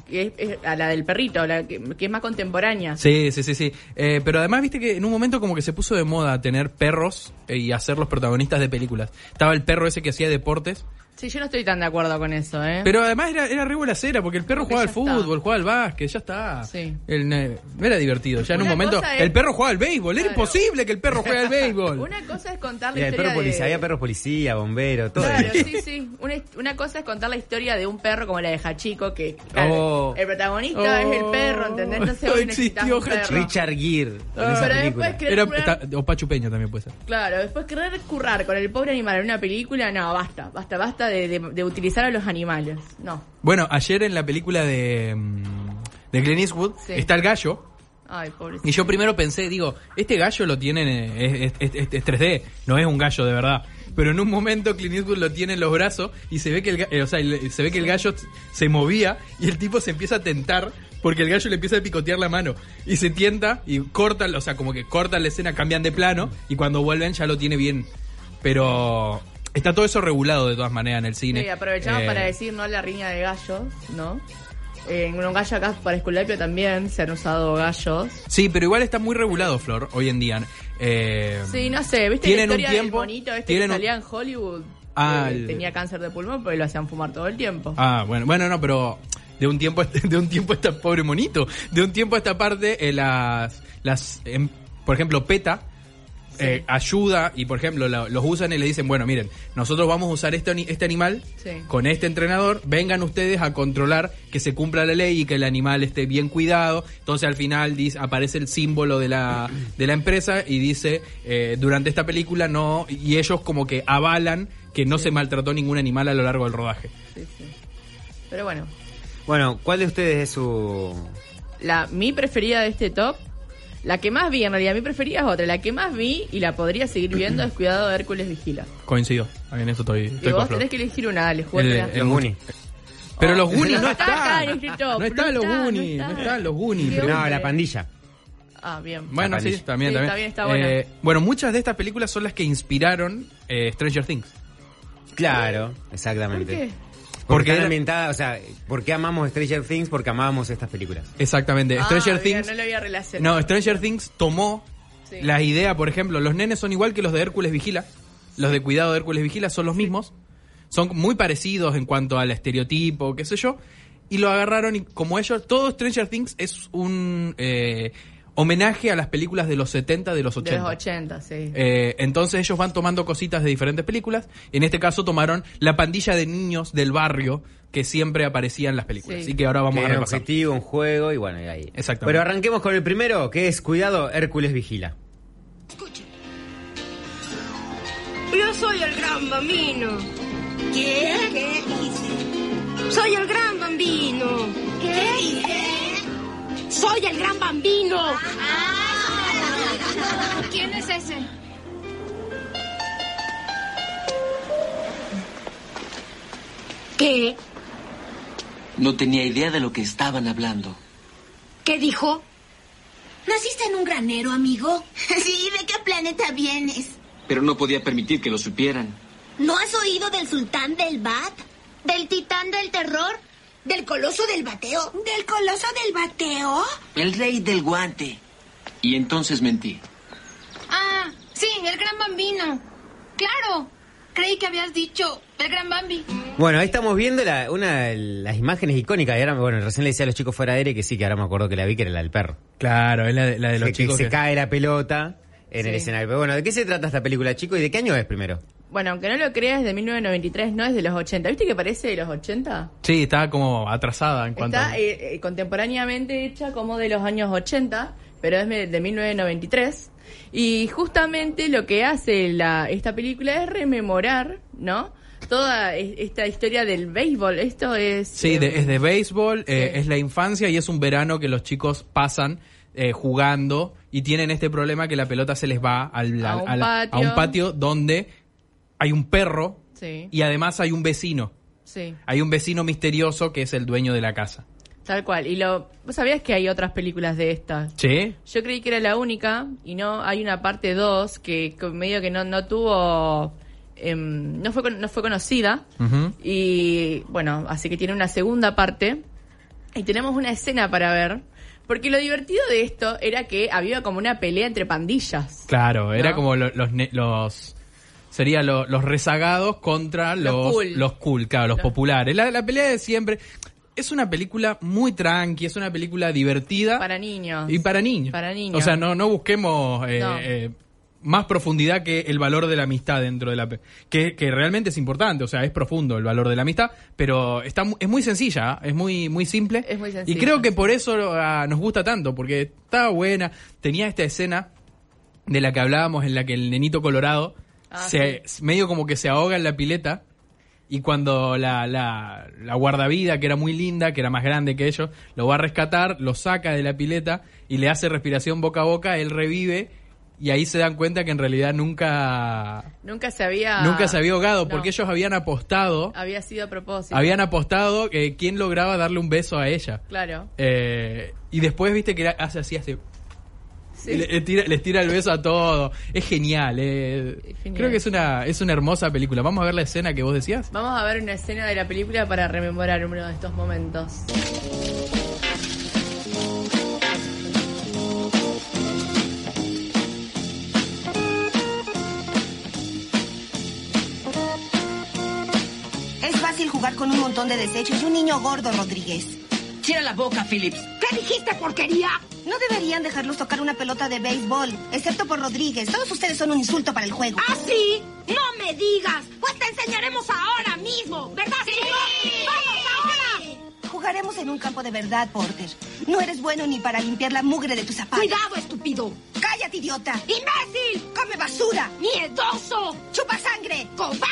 Speaker 3: que es, es a la del perrito, la que, que es más contemporánea.
Speaker 4: Sí, sí, sí, sí. Eh, pero además viste que en un momento como que se puso de moda tener perros eh, y hacer los protagonistas de películas. Estaba el perro ese que hacía deportes.
Speaker 3: Sí, yo no estoy tan de acuerdo con eso, ¿eh?
Speaker 4: Pero además era, era re buena cera, porque el perro
Speaker 3: Porque
Speaker 4: jugaba al
Speaker 3: ya está.
Speaker 4: fútbol, jugaba al básquet, ya está.
Speaker 3: Sí.
Speaker 4: El, eh, era divertido. Ya en un
Speaker 3: Una
Speaker 4: momento.
Speaker 3: cosa es-
Speaker 4: El perro jugaba al béisbol. Era
Speaker 3: Claro.
Speaker 4: imposible que el perro juegue al béisbol.
Speaker 3: Una cosa es contar la
Speaker 2: Mira, el
Speaker 3: historia
Speaker 2: perro policía.
Speaker 3: de...
Speaker 2: Había perros policía, bombero, todo.
Speaker 3: Claro, sí, sí. Una, hist- una cosa es contar la historia de un perro como la de Hachico, que claro,
Speaker 2: Oh.
Speaker 3: el protagonista
Speaker 4: Oh.
Speaker 3: es el perro, ¿entendés? Entonces
Speaker 4: No
Speaker 3: hoy necesitas
Speaker 4: existió
Speaker 3: un perro.
Speaker 4: Hachiko.
Speaker 2: Richard Gere. con
Speaker 4: Ah.
Speaker 2: esa
Speaker 3: Pero
Speaker 2: película.
Speaker 3: después que-
Speaker 4: Era- está- o Pachu Peña también puede ser.
Speaker 3: Claro, después querer currar con el pobre animal en una película, no, basta, basta, basta de, de- de utilizar a los animales. No.
Speaker 4: Bueno, ayer en la película de, mm, de Clint Eastwood
Speaker 3: Sí.
Speaker 4: está el gallo.
Speaker 3: Ay, pobre.
Speaker 4: Y yo primero pensé, digo, este gallo lo tienen, eh, es, es- es- es 3D, no es un gallo de verdad. Pero en un momento Clint Eastwood lo tiene en los brazos y se ve que el, ga- eh, o sea, el- se ve que el gallo t- se movía y el tipo se empieza a tentar porque el gallo le empieza a picotear la mano y se tienta y cortan, o sea, como que cortan la escena, cambian de plano y cuando vuelven ya lo tiene bien. Pero está todo eso regulado de todas maneras en el cine.
Speaker 3: Sí, aprovechamos
Speaker 4: Eh,
Speaker 3: para decir no la riña de gallos, ¿no? Eh, En un gallo acá para Esculapio también se han usado gallos.
Speaker 4: Sí, pero igual está muy regulado, Flor, hoy en día. Eh,
Speaker 3: Sí, no sé, ¿viste
Speaker 4: Tienen
Speaker 3: la
Speaker 4: un
Speaker 3: historia
Speaker 4: tiempo,
Speaker 3: del bonito este
Speaker 4: tienen
Speaker 3: que
Speaker 4: un-
Speaker 3: salía en Hollywood?
Speaker 4: Al-
Speaker 3: que tenía cáncer de pulmón, pero lo hacían fumar todo el tiempo.
Speaker 4: Ah, bueno, bueno, no, pero de un tiempo, a este- de un tiempo a esta pobre monito, de un tiempo a esta parte eh, las, las, em, por ejemplo, PETA eh, ayuda y por ejemplo la- los usan y le dicen, bueno, miren, nosotros vamos a usar este, ani- este animal
Speaker 3: Sí.
Speaker 4: con este entrenador, vengan ustedes a controlar que se cumpla la ley y que el animal esté bien cuidado. Entonces al final dice, aparece el símbolo de la, de la empresa y dice, eh, durante esta película no, y ellos como que avalan que no se maltrató ningún animal a lo largo del rodaje.
Speaker 3: Sí, sí. Pero bueno,
Speaker 2: Bueno, ¿cuál de ustedes es su...?
Speaker 3: la, mi preferida de este top, la que más vi en realidad, mi preferida es otra, la que más vi y la podría seguir viendo es Cuidado de Hércules Vigila.
Speaker 4: Coincido, en eso estoy, estoy
Speaker 3: Y
Speaker 4: con
Speaker 3: vos
Speaker 4: Flor.
Speaker 3: tenés que elegir una, Alex,
Speaker 4: El-
Speaker 3: jugátela.
Speaker 4: el-
Speaker 2: Los Goonies.
Speaker 4: Pero los
Speaker 3: Oh.
Speaker 4: Goonies
Speaker 3: No
Speaker 4: no
Speaker 3: está acá en
Speaker 4: están.
Speaker 3: este top,
Speaker 4: No
Speaker 3: no
Speaker 4: están los
Speaker 3: está, no
Speaker 4: Goonies,
Speaker 3: está.
Speaker 4: no están los Goonies.
Speaker 3: Qué
Speaker 4: pero-
Speaker 3: bueno.
Speaker 2: No, La Pandilla.
Speaker 3: Ah, bien.
Speaker 2: Campanilla.
Speaker 4: Bueno, sí, también,
Speaker 3: Sí,
Speaker 4: también.
Speaker 3: también está buena.
Speaker 4: Eh, bueno, muchas de estas películas son las que inspiraron eh, Stranger Things.
Speaker 2: Claro,
Speaker 3: ¿Por
Speaker 2: exactamente.
Speaker 3: qué?
Speaker 4: Porque
Speaker 2: Porque
Speaker 4: era-
Speaker 2: era ambientada, o sea, ¿por qué amamos Stranger Things? Porque amábamos estas películas.
Speaker 4: Exactamente.
Speaker 3: Ah,
Speaker 4: Eh, Stranger
Speaker 3: bien,
Speaker 4: Things.
Speaker 3: No lo había relacionado.
Speaker 4: No, Stranger Things tomó
Speaker 3: Sí.
Speaker 4: la idea, por ejemplo, los nenes son igual que los de Hércules Vigila. Los de cuidado de Hércules Vigila son los mismos. Son muy parecidos en cuanto al estereotipo, qué sé yo. Y lo agarraron y como ellos, todo Stranger Things es un eh, homenaje a las películas de los 70, de los 80.
Speaker 3: De los 80, sí.
Speaker 4: Eh, entonces ellos van tomando cositas de diferentes películas. En este caso tomaron la pandilla de niños del barrio que siempre aparecía en las películas.
Speaker 3: Sí.
Speaker 4: Así que ahora vamos
Speaker 2: Que
Speaker 4: a
Speaker 2: era un
Speaker 4: repasar.
Speaker 2: objetivo, un juego y bueno, y ahí.
Speaker 4: Exactamente.
Speaker 2: Pero arranquemos con el primero, que es Cuidado, Hércules Vigila.
Speaker 5: Yo soy el gran bambino. ¿Qué? ¿Qué dice? Soy el gran bambino. ¿Qué dice? Soy el gran bambino.
Speaker 6: Ah.
Speaker 5: ¿Quién es ese? ¿Qué?
Speaker 7: No tenía idea de lo que estaban hablando.
Speaker 5: ¿Qué dijo?
Speaker 6: ¿Naciste en un granero, amigo? Sí, ¿de qué planeta vienes?
Speaker 7: Pero no podía permitir que lo supieran.
Speaker 6: ¿No has oído del sultán del bat? ¿Del titán del terror? ¿Del coloso del bateo? ¿Del coloso del bateo?
Speaker 7: El rey del guante. Y entonces mentí.
Speaker 5: Ah, sí, el gran bambino. Claro. Creí que habías dicho el gran bambi.
Speaker 2: Bueno, ahí estamos viendo la- una de las imágenes icónicas. Y ahora, bueno, recién le decía a los chicos fuera de aire que sí, que ahora me acuerdo que la vi, que era la del perro.
Speaker 4: Claro, es la de, la de los
Speaker 2: que, que
Speaker 4: chicos.
Speaker 2: se
Speaker 4: que-
Speaker 2: cae la pelota en el escenario. Pero bueno, ¿de qué se trata esta película, chicos? ¿Y de qué año es primero?
Speaker 3: Bueno, aunque no lo creas, es de 1993, no es de los 80. ¿Viste que parece de los 80?
Speaker 4: Sí, estaba como atrasada en cuanto.
Speaker 3: Está eh, eh, contemporáneamente hecha como de los años 80, pero es de 1993. Y justamente lo que hace la, esta película es rememorar, ¿no? Toda e- esta historia del béisbol. Esto es...
Speaker 4: Sí, de-
Speaker 3: eh,
Speaker 4: es de béisbol, eh, es la infancia y es un verano que los chicos pasan eh, jugando y tienen este problema que la pelota se les va al,
Speaker 3: A
Speaker 4: al-
Speaker 3: un
Speaker 4: al- a
Speaker 3: patio.
Speaker 4: un patio donde hay un perro
Speaker 3: Sí,
Speaker 4: y además hay un vecino.
Speaker 3: sí,
Speaker 4: Hay un vecino misterioso que es el dueño de la casa.
Speaker 3: tal cual. Y lo... ¿Vos sabías que hay otras películas de estas?
Speaker 4: ¿Sí?
Speaker 3: Yo creí que era la única y no, hay una parte 2 que, que medio que no, no tuvo, em, no, fue, con- no fue conocida.
Speaker 4: Ujú.
Speaker 3: Y bueno, así que tiene una segunda parte y tenemos una escena para ver. Porque lo divertido de esto era que había como una pelea entre pandillas.
Speaker 4: Claro, era
Speaker 3: ¿No?
Speaker 4: como lo- los, ne- los sería lo- los rezagados contra los
Speaker 3: Los
Speaker 4: los
Speaker 3: cool.
Speaker 4: cool, claro, los populares. La, la pelea de siempre es una película muy tranqui, es una película divertida
Speaker 3: Para niños.
Speaker 4: y para niños.
Speaker 3: Para niños.
Speaker 4: O sea, no no busquemos eh,
Speaker 3: No.
Speaker 4: eh, más profundidad que el valor de la amistad dentro de la pe- que, que realmente es importante, o sea, es profundo el valor de la amistad, pero está mu- es muy sencilla, ¿eh? es muy muy simple.
Speaker 3: Es muy
Speaker 4: y
Speaker 3: sencilla.
Speaker 4: creo que por eso ah, nos gusta tanto, porque está buena, tenía esta escena de la que hablábamos en la que el nenito colorado
Speaker 3: Ah,
Speaker 4: se medio como que se ahoga en la pileta y cuando la, la, la guardavida, que era muy linda, que era más grande que ellos, lo va a rescatar, lo saca de la pileta y le hace respiración boca a boca, él revive y ahí se dan cuenta que en realidad nunca,
Speaker 3: Nunca se había...
Speaker 4: nunca se había ahogado porque
Speaker 3: Ah, No. Ah,
Speaker 4: ellos habían apostado,
Speaker 3: Había sido a propósito.
Speaker 4: habían apostado que quién lograba darle un beso a ella.
Speaker 3: Claro.
Speaker 4: Eh, y después viste que hace así, hace...
Speaker 3: Sí.
Speaker 4: Le- le tira- les tira el beso a todo. Es genial, eh.
Speaker 3: Es genial.
Speaker 4: Creo que es una, es una hermosa película. Vamos a ver la escena que vos decías.
Speaker 3: Vamos a ver una escena de la película para rememorar uno de estos momentos.
Speaker 8: lugar con un montón de desechos y un niño gordo, Rodríguez.
Speaker 9: Cierra la boca, Phillips.
Speaker 8: ¿Qué dijiste, porquería? No deberían dejarlos tocar una pelota de béisbol, excepto por Rodríguez. Todos ustedes son un insulto para el juego.
Speaker 6: ¿Ah, sí? ¡No me digas! Pues te enseñaremos ahora mismo, ¿verdad, Silvio? ¡Vamos ahora!
Speaker 8: Jugaremos en un campo de verdad, Porter. No eres bueno ni para limpiar la mugre de tus zapatos.
Speaker 6: ¡Cuidado, estúpido!
Speaker 8: ¡Cállate, idiota!
Speaker 6: ¡Imbécil!
Speaker 8: ¡Come basura!
Speaker 6: ¡Miedoso!
Speaker 8: ¡Chupa sangre!
Speaker 6: ¡Cobarde!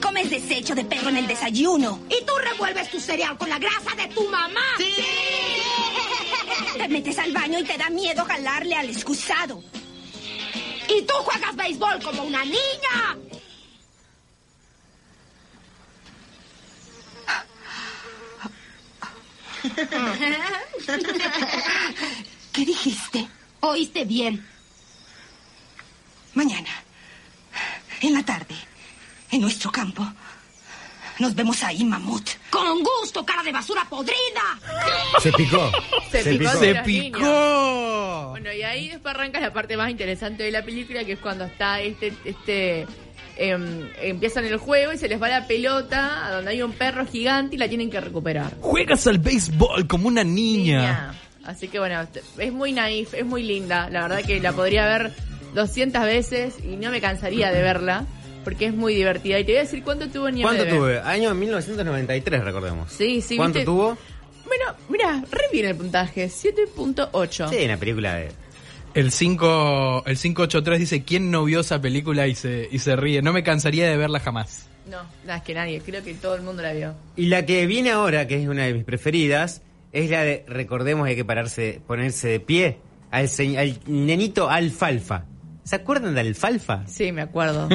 Speaker 8: Comes desecho de perro en el desayuno.
Speaker 6: Y tú revuelves tu cereal con la grasa de tu mamá. ¡Sí!
Speaker 8: Te metes al baño y te da miedo jalarle al excusado.
Speaker 6: Y tú juegas béisbol como una niña.
Speaker 8: ¿Qué dijiste?
Speaker 6: Oíste bien.
Speaker 8: Mañana, en la tarde, en nuestro campo. Nos vemos ahí, mamut.
Speaker 6: Con gusto, cara de basura podrida.
Speaker 1: Se picó.
Speaker 3: Se picó.
Speaker 4: ¡Se
Speaker 3: Las
Speaker 4: picó!
Speaker 3: Bueno, y ahí después arranca la parte más interesante de la película, que es cuando está este, este em, empiezan el juego y se les va la pelota a donde hay un perro gigante y la tienen que recuperar.
Speaker 4: Juegas al béisbol como una niña.
Speaker 3: Así que bueno, t- es muy naif, es muy linda. La verdad que la podría ver 200 veces y no me cansaría de verla, porque es muy divertida. Y te voy a decir cuánto tuvo ni
Speaker 2: ¿Cuánto tuve? Año 1993, recordemos.
Speaker 3: Sí, sí,
Speaker 2: ¿Cuánto
Speaker 3: viste-
Speaker 2: tuvo?
Speaker 3: Bueno, mira, re bien el puntaje, 7.8.
Speaker 2: Sí, una película de...
Speaker 4: El, 5, el 583 dice, ¿quién no vio esa película y se, y se ríe? No me cansaría de verla jamás.
Speaker 3: No, nada, es que nadie, creo que todo el mundo la vio.
Speaker 2: Y la que viene ahora, que es una de mis preferidas, es la de, recordemos, hay que pararse, ponerse de pie al, se- al nenito Alfalfa. ¿Se acuerdan de Alfalfa?
Speaker 3: Sí, me acuerdo.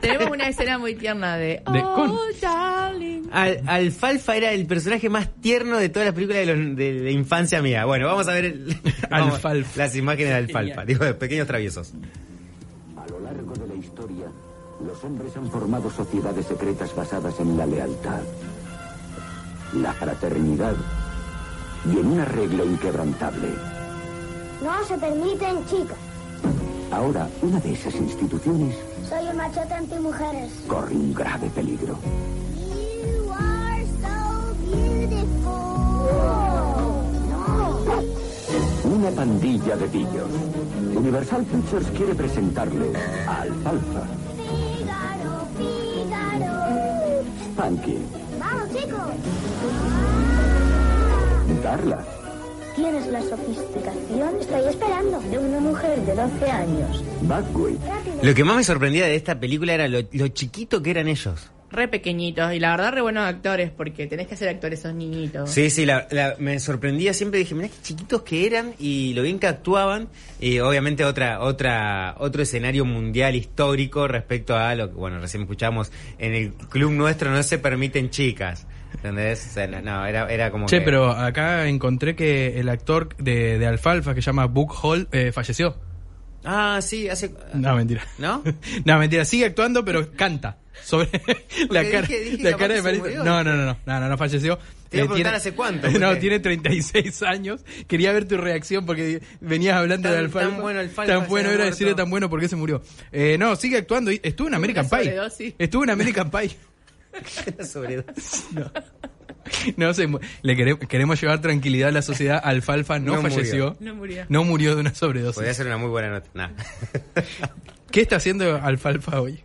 Speaker 3: Tenemos una escena muy tierna de...
Speaker 4: De
Speaker 3: oh,
Speaker 4: con-
Speaker 3: darling.
Speaker 2: Al- Alfalfa era el personaje más tierno de todas las películas de, los- de- de infancia mía. Bueno, vamos a ver el- vamos-
Speaker 4: Alfalfa.
Speaker 2: las imágenes de Alfalfa, digo, de pequeños traviesos.
Speaker 10: A lo largo de la historia, los hombres han formado sociedades secretas basadas en la lealtad, la fraternidad y en un arreglo inquebrantable.
Speaker 5: No se permiten chicas.
Speaker 10: Ahora, una de esas instituciones
Speaker 5: Soy un machote antimujeres.
Speaker 10: corre un grave peligro.
Speaker 5: You are so beautiful. No.
Speaker 10: Una pandilla de pillos. Universal Pictures quiere presentarle a Alfalfa,
Speaker 5: Fígaro, Fígaro.
Speaker 10: Punky,
Speaker 5: Vamos, chicos.
Speaker 10: Darla,
Speaker 5: Tienes la sofisticación, estoy esperando, de una mujer de 12 años.
Speaker 10: Buckwheat.
Speaker 5: Rápido.
Speaker 2: Lo que más me sorprendía de esta película era lo, lo chiquito que eran ellos.
Speaker 3: Re pequeñitos y la verdad re buenos actores porque tenés que hacer actores esos niñitos.
Speaker 2: Sí, sí, la- la- me sorprendía siempre. Dije, mirá qué chiquitos que eran y lo bien que actuaban. Y obviamente otra, otra, otro escenario mundial histórico respecto a lo que, bueno, recién escuchamos, en el club nuestro no se permiten chicas. ¿Entendés? O sea, no, no, era, era como
Speaker 4: Che,
Speaker 2: que-
Speaker 4: pero acá encontré que el actor de, de Alfalfa, que se llama Book Hall, eh, falleció.
Speaker 2: Ah, sí, hace...
Speaker 4: No, mentira.
Speaker 2: ¿No?
Speaker 4: ¿Ah? No, mentira, sigue actuando, pero canta. Sobre la
Speaker 2: dije-
Speaker 4: cara,
Speaker 2: dije,
Speaker 4: la
Speaker 2: capaz que
Speaker 4: cara de
Speaker 2: se
Speaker 4: Marito.
Speaker 2: murió,
Speaker 4: No,
Speaker 2: dije.
Speaker 4: no, no, no, no, no, no falleció. Eh,
Speaker 2: Te iba a preguntar hace cuánto,
Speaker 4: No,
Speaker 2: porque-
Speaker 4: tiene 36 años. Quería ver tu reacción porque venías hablando
Speaker 2: Tan-
Speaker 4: de Alfalfa.
Speaker 2: tan bueno Alfalfa,
Speaker 4: Tan
Speaker 2: se
Speaker 4: bueno
Speaker 2: había
Speaker 4: era
Speaker 2: muerto.
Speaker 4: decirle tan bueno porque se murió. Eh, no, sigue actuando. y- Estuvo en American
Speaker 3: una
Speaker 4: Pie.
Speaker 3: sobredosis.
Speaker 4: Estuvo en American Pie.
Speaker 2: Sobre-
Speaker 4: No sé, le quere- queremos llevar tranquilidad a la sociedad. Alfalfa no,
Speaker 2: No murió.
Speaker 4: falleció.
Speaker 3: No murió.
Speaker 4: No murió de una sobredosis.
Speaker 2: Podría ser una muy buena nota. Nah.
Speaker 4: ¿Qué está haciendo Alfalfa hoy?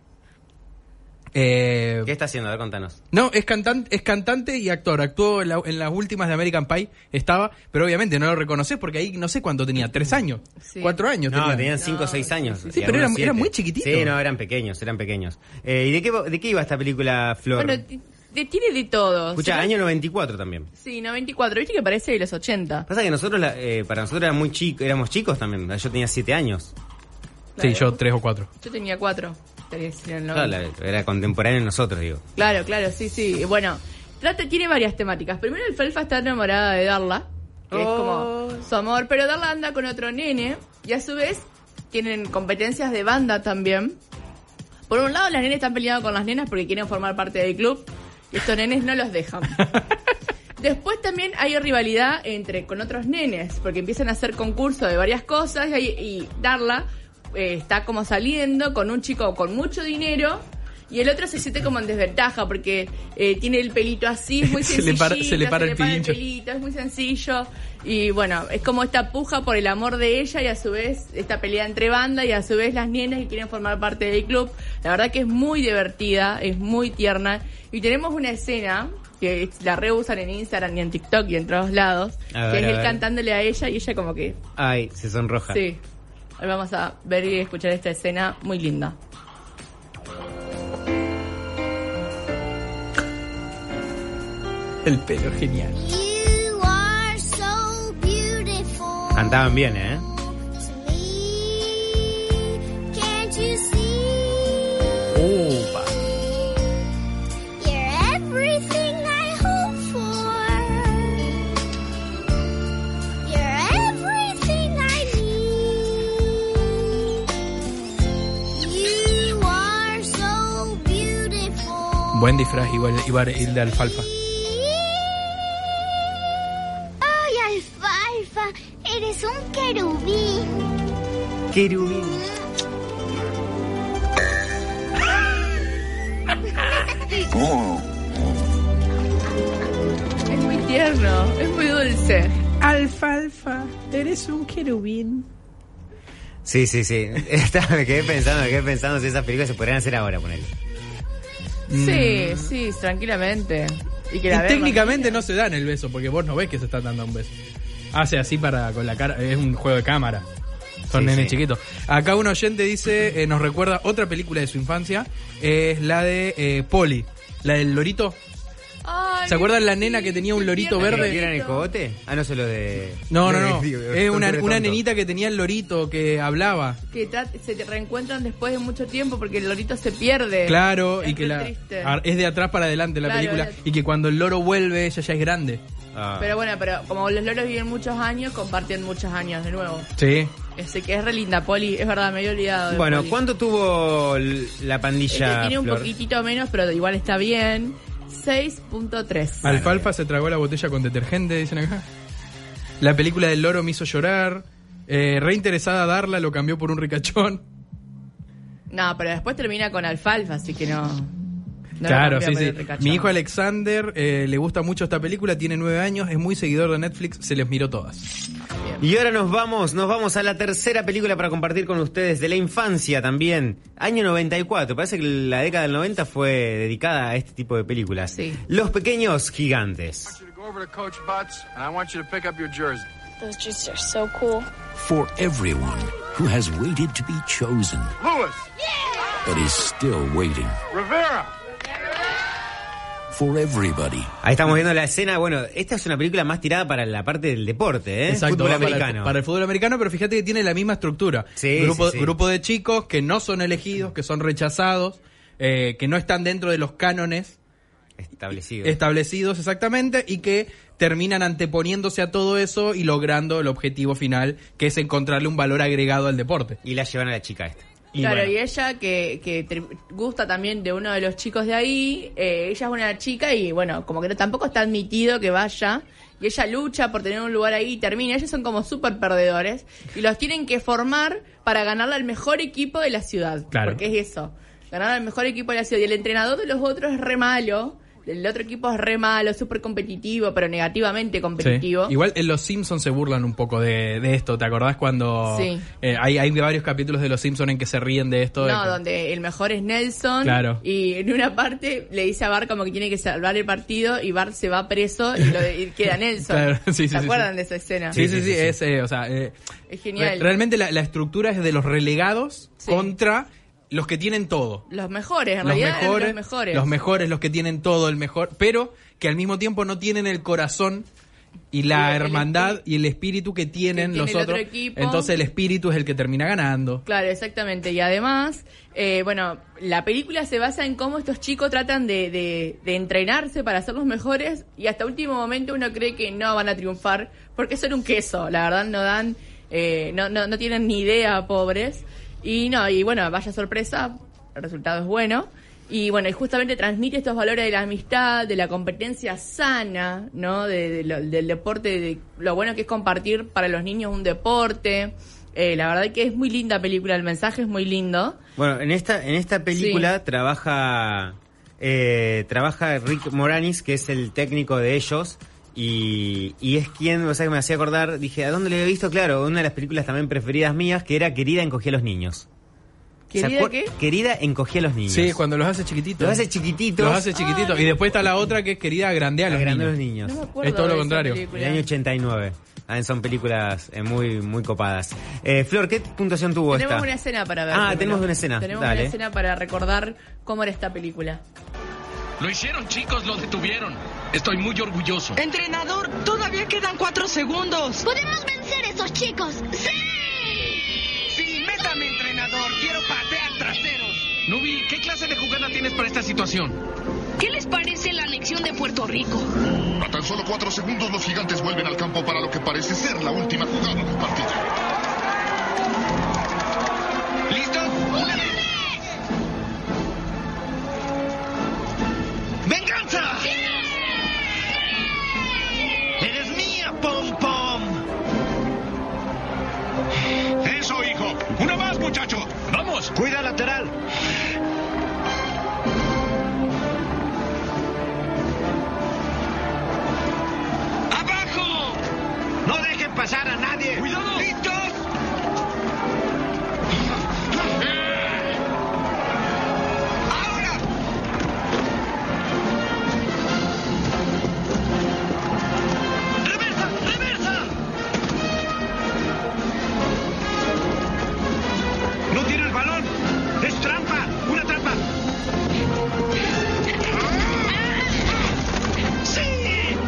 Speaker 4: Eh,
Speaker 2: ¿Qué está haciendo? A ver, contanos.
Speaker 4: no, es, cantan- es cantante y actor. Actuó en, la- en las últimas de American Pie, estaba, pero obviamente no lo reconoces porque ahí no sé cuánto tenía, tres años,
Speaker 3: Sí.
Speaker 4: cuatro años.
Speaker 2: No,
Speaker 4: tenía.
Speaker 2: tenían 5 o 6 años.
Speaker 4: sí,
Speaker 2: y
Speaker 4: pero
Speaker 2: algunos
Speaker 4: eran- eran
Speaker 2: siete.
Speaker 4: muy chiquititos.
Speaker 2: Sí, no, eran pequeños, eran pequeños. Eh, ¿Y de qué, de qué iba esta película, Flor?
Speaker 3: Bueno, ti- de- tiene de todo.
Speaker 2: Escucha,
Speaker 3: ¿Será-
Speaker 2: año 94 también.
Speaker 3: Sí, 94, viste que parece de los 80.
Speaker 2: Pasa que nosotros, la- eh, para nosotros era muy chico, éramos chicos también. Yo tenía 7 años.
Speaker 4: Sí, yo tres o cuatro.
Speaker 3: Yo tenía cuatro. Tres, en el
Speaker 2: Claro,
Speaker 3: 90.
Speaker 2: la- era contemporáneo a nosotros, digo.
Speaker 3: Claro, claro, sí, sí. Y Bueno, trata, tiene varias temáticas. Primero, el Felfa está enamorada de Darla, que
Speaker 2: Oh.
Speaker 3: es como su amor, pero Darla anda con otro nene y a su vez tienen competencias de banda también. Por un lado, las nenes están peleando con las nenas porque quieren formar parte del club y estos nenes no los dejan. Después también hay rivalidad entre con otros nenes, porque empiezan a hacer concursos de varias cosas y, hay- y Darla eh, está como saliendo con un chico con mucho dinero Y el otro se siente como en desventaja porque eh, tiene el pelito así, es muy
Speaker 4: Se le
Speaker 3: sencillo.
Speaker 4: para- se le para el pirincho.
Speaker 3: pelito, es muy sencillo. Y bueno, es como esta puja por el amor de ella y a su vez esta pelea entre banda y a su vez las nenas que quieren formar parte del club. La verdad que es muy divertida, es muy tierna. Y tenemos una escena que la reusan en Instagram y en TikTok y en todos lados,
Speaker 2: A
Speaker 3: que
Speaker 2: ver,
Speaker 3: es
Speaker 2: a
Speaker 3: él
Speaker 2: ver.
Speaker 3: cantándole a ella y ella como que
Speaker 2: Ay, se sonroja.
Speaker 3: Sí. Hoy vamos a ver y escuchar esta escena muy linda.
Speaker 4: El pelo, genial.
Speaker 11: You are so beautiful.
Speaker 2: Cantaban bien, ¿eh?
Speaker 11: Can't you see?
Speaker 2: Upa.
Speaker 11: You're everything I hope for. You're everything I need. You are so beautiful.
Speaker 4: Buen disfraz, igual, igual el de alfalfa.
Speaker 11: ¡Ay, alfalfa! Eres un querubín.
Speaker 2: Querubín.
Speaker 3: Es muy tierno, es muy dulce.
Speaker 4: Alfalfa, eres un querubín.
Speaker 2: Sí, sí, sí. Estaba- me quedé pensando, me quedé pensando si esas películas se podrían hacer ahora, ponele. Mm.
Speaker 3: Sí, sí, tranquilamente. Y que
Speaker 4: Y
Speaker 3: la vean,
Speaker 4: técnicamente no se dan el beso, porque vos no ves que se está dando un beso. Hace así para con la cara, es un juego de cámara. Son
Speaker 12: Sí,
Speaker 4: nenes
Speaker 12: sí.
Speaker 4: chiquitos. Acá un oyente dice, eh, nos recuerda otra película de su infancia, eh, es la de eh, Polly, la del lorito.
Speaker 3: Ay,
Speaker 4: ¿Se acuerdan la nena que tenía un lorito verde?
Speaker 2: ¿Tiran el cogote? Ah, no, solo de.
Speaker 4: No, no, no.
Speaker 2: digo,
Speaker 4: Es
Speaker 2: tonto
Speaker 4: una,
Speaker 2: de
Speaker 4: una
Speaker 2: tonto.
Speaker 4: nenita que tenía el lorito que hablaba.
Speaker 3: que trat- se te reencuentran después de mucho tiempo porque el lorito se pierde.
Speaker 4: Claro,
Speaker 3: Eh, Es
Speaker 4: y que
Speaker 3: re
Speaker 4: la
Speaker 3: triste.
Speaker 4: ar- es de atrás para adelante la
Speaker 3: Claro,
Speaker 4: película
Speaker 3: es-
Speaker 4: y que cuando el loro vuelve ella ya es grande.
Speaker 3: Pero bueno, pero como los loros viven muchos años, comparten muchos años de nuevo.
Speaker 4: Sí.
Speaker 3: Así que es re linda, Poli. Es verdad, me había olvidado. de
Speaker 2: Bueno,
Speaker 3: Poli.
Speaker 2: ¿cuánto tuvo l- la
Speaker 3: Este
Speaker 2: pandilla?
Speaker 3: tiene un
Speaker 2: Flor?
Speaker 3: poquitito menos, pero igual está bien. 6.3.
Speaker 4: Alfalfa se tragó la botella con detergente, dicen acá. La película del loro me hizo llorar. Eh, reinteresada a darla, lo cambió por un ricachón.
Speaker 3: No, pero después termina con alfalfa, así que no. no lo
Speaker 4: claro,
Speaker 3: cambia
Speaker 4: sí,
Speaker 3: por
Speaker 4: sí.
Speaker 3: el ricachón.
Speaker 4: Mi hijo Alexander eh, le gusta mucho esta película, tiene nueve años, es muy seguidor de Netflix, se les miró todas.
Speaker 2: Y ahora nos vamos, nos vamos a la tercera película para compartir con ustedes de la infancia también. Año 94, parece que la década del 90 fue dedicada a este tipo de películas. Los pequeños gigantes.
Speaker 13: Go over to Coach Butts, and I want you to pick up your jersey.
Speaker 14: Those jerseys are so cool.
Speaker 15: For everyone who has waited to be chosen,
Speaker 13: Lewis,
Speaker 15: but is still waiting.
Speaker 13: Rivera,
Speaker 15: For everybody
Speaker 2: Ahí estamos viendo la escena, bueno, esta es una película más tirada para la parte del deporte, ¿eh?
Speaker 4: Exacto,
Speaker 2: Fútbol
Speaker 4: va para el-
Speaker 2: americano.
Speaker 4: para el fútbol americano, pero fíjate que tiene la misma estructura.
Speaker 2: Sí,
Speaker 4: grupo,
Speaker 2: sí, sí.
Speaker 4: grupo de chicos que no son elegidos, que son rechazados, eh, que no están dentro de los cánones
Speaker 2: Establecido.
Speaker 4: establecidos exactamente y que terminan anteponiéndose a todo eso y logrando el objetivo final, que es encontrarle un valor agregado al deporte.
Speaker 2: Y la llevan a la chica esta.
Speaker 3: claro, y ella que, que tri- gusta también de uno de los chicos de ahí, eh, ella es una chica y bueno, como que no- tampoco está admitido que vaya. Y ella lucha por tener un lugar ahí y termina. Ellos son como súper perdedores y los tienen que formar para ganarle al mejor equipo de la ciudad.
Speaker 16: Claro.
Speaker 3: Porque es eso, ganar al mejor equipo de la ciudad. Y el entrenador de los otros es re malo, del otro equipo es re malo, súper competitivo, pero negativamente competitivo.
Speaker 4: Igual en Los Simpsons se burlan un poco de, de esto, ¿te acordás cuando
Speaker 3: Sí.
Speaker 4: eh, hay, hay varios capítulos de Los Simpsons en que se ríen de esto? de
Speaker 3: No,
Speaker 4: que-
Speaker 3: donde el mejor es Nelson.
Speaker 4: Claro.
Speaker 3: Y en una parte le dice a Bart como que tiene que salvar el partido y Bart se va preso y, lo- y queda Nelson.
Speaker 4: Claro, sí, sí,
Speaker 3: ¿Se
Speaker 4: sí,
Speaker 3: acuerdan
Speaker 4: sí.
Speaker 3: de esa escena?
Speaker 4: Sí, sí, sí, es, eh, o sea, eh,
Speaker 3: Es
Speaker 4: re-
Speaker 3: genial.
Speaker 4: realmente la, la estructura es de los relegados contra los que tienen todo.
Speaker 3: los mejores, en
Speaker 4: los
Speaker 3: realidad eran
Speaker 4: mejores,
Speaker 3: los mejores.
Speaker 4: los mejores, los que tienen todo, el mejor, pero que al mismo tiempo no tienen el corazón y la
Speaker 3: el
Speaker 4: hermandad y el espíritu que tienen
Speaker 3: tiene
Speaker 4: los
Speaker 3: el otro
Speaker 4: otros.
Speaker 3: equipo.
Speaker 4: Entonces el espíritu es el que termina ganando.
Speaker 3: Claro, exactamente. Y además, eh, bueno, la película se basa en cómo estos chicos tratan de, de- de entrenarse para ser los mejores y hasta último momento uno cree que no van a triunfar porque son un queso. La verdad no dan, eh, no, no, no tienen ni idea, pobres. Y no, y bueno, vaya sorpresa, el resultado es bueno. Y bueno, y justamente transmite estos valores de la amistad, de la competencia sana, ¿no? De, de lo- del deporte, de lo bueno que es compartir para los niños un deporte Eh, la verdad que es muy linda película, el mensaje es muy lindo.
Speaker 2: Bueno, en esta, en esta película
Speaker 3: Sí.
Speaker 2: trabaja eh, trabaja Rick Moranis, que es el técnico de ellos, y, y es quien, o sea, que me hacía acordar, dije, ¿a dónde le había visto? Claro, una de las películas también preferidas mías, que era Querida encogía a los niños. ¿Se
Speaker 4: ¿Querida
Speaker 2: acuer-
Speaker 4: qué?
Speaker 2: Querida encogía a los niños.
Speaker 4: Sí, cuando los hace chiquititos.
Speaker 2: Los hace chiquititos.
Speaker 4: Los hace chiquititos. y después está la otra que es querida agrandea a los
Speaker 2: Agrandea a los
Speaker 4: niños.
Speaker 2: niños. No me
Speaker 3: acuerdo
Speaker 4: es todo
Speaker 3: de
Speaker 4: lo
Speaker 3: esa
Speaker 4: contrario.
Speaker 3: película.
Speaker 2: Del año 89. Ah, son películas eh, muy, muy copadas. Eh, Flor, ¿qué puntuación tuvo
Speaker 3: Tenemos
Speaker 2: esta?
Speaker 3: una escena para ver.
Speaker 2: Ah,
Speaker 3: primero.
Speaker 2: tenemos una escena,
Speaker 3: Tenemos
Speaker 2: dale.
Speaker 3: una escena para recordar cómo era esta película.
Speaker 12: Lo hicieron, chicos, lo detuvieron. Estoy muy orgulloso.
Speaker 9: Entrenador, todavía quedan cuatro segundos.
Speaker 11: Podemos vencer a esos chicos.
Speaker 12: Sí, métame, entrenador. Quiero patear traseros. Nubi, ¿qué clase de jugada tienes para esta situación?
Speaker 9: ¿Qué les parece la anexión de Puerto Rico?
Speaker 16: A tan solo cuatro segundos los gigantes vuelven al campo para lo que parece ser la última jugada del partido.
Speaker 12: ¿Listo? ¡Una vez! ¡Venganza! ¡Eres mía, Pom Pom!
Speaker 16: Eso, hijo. Una más, muchacho. Vamos. Cuida lateral.
Speaker 12: ¡Abajo! ¡No dejen pasar a nadie! ¡Cuidado! ¡Listos! ¡No tiene el balón! ¡Es trampa! ¡Una trampa! ¡Sí!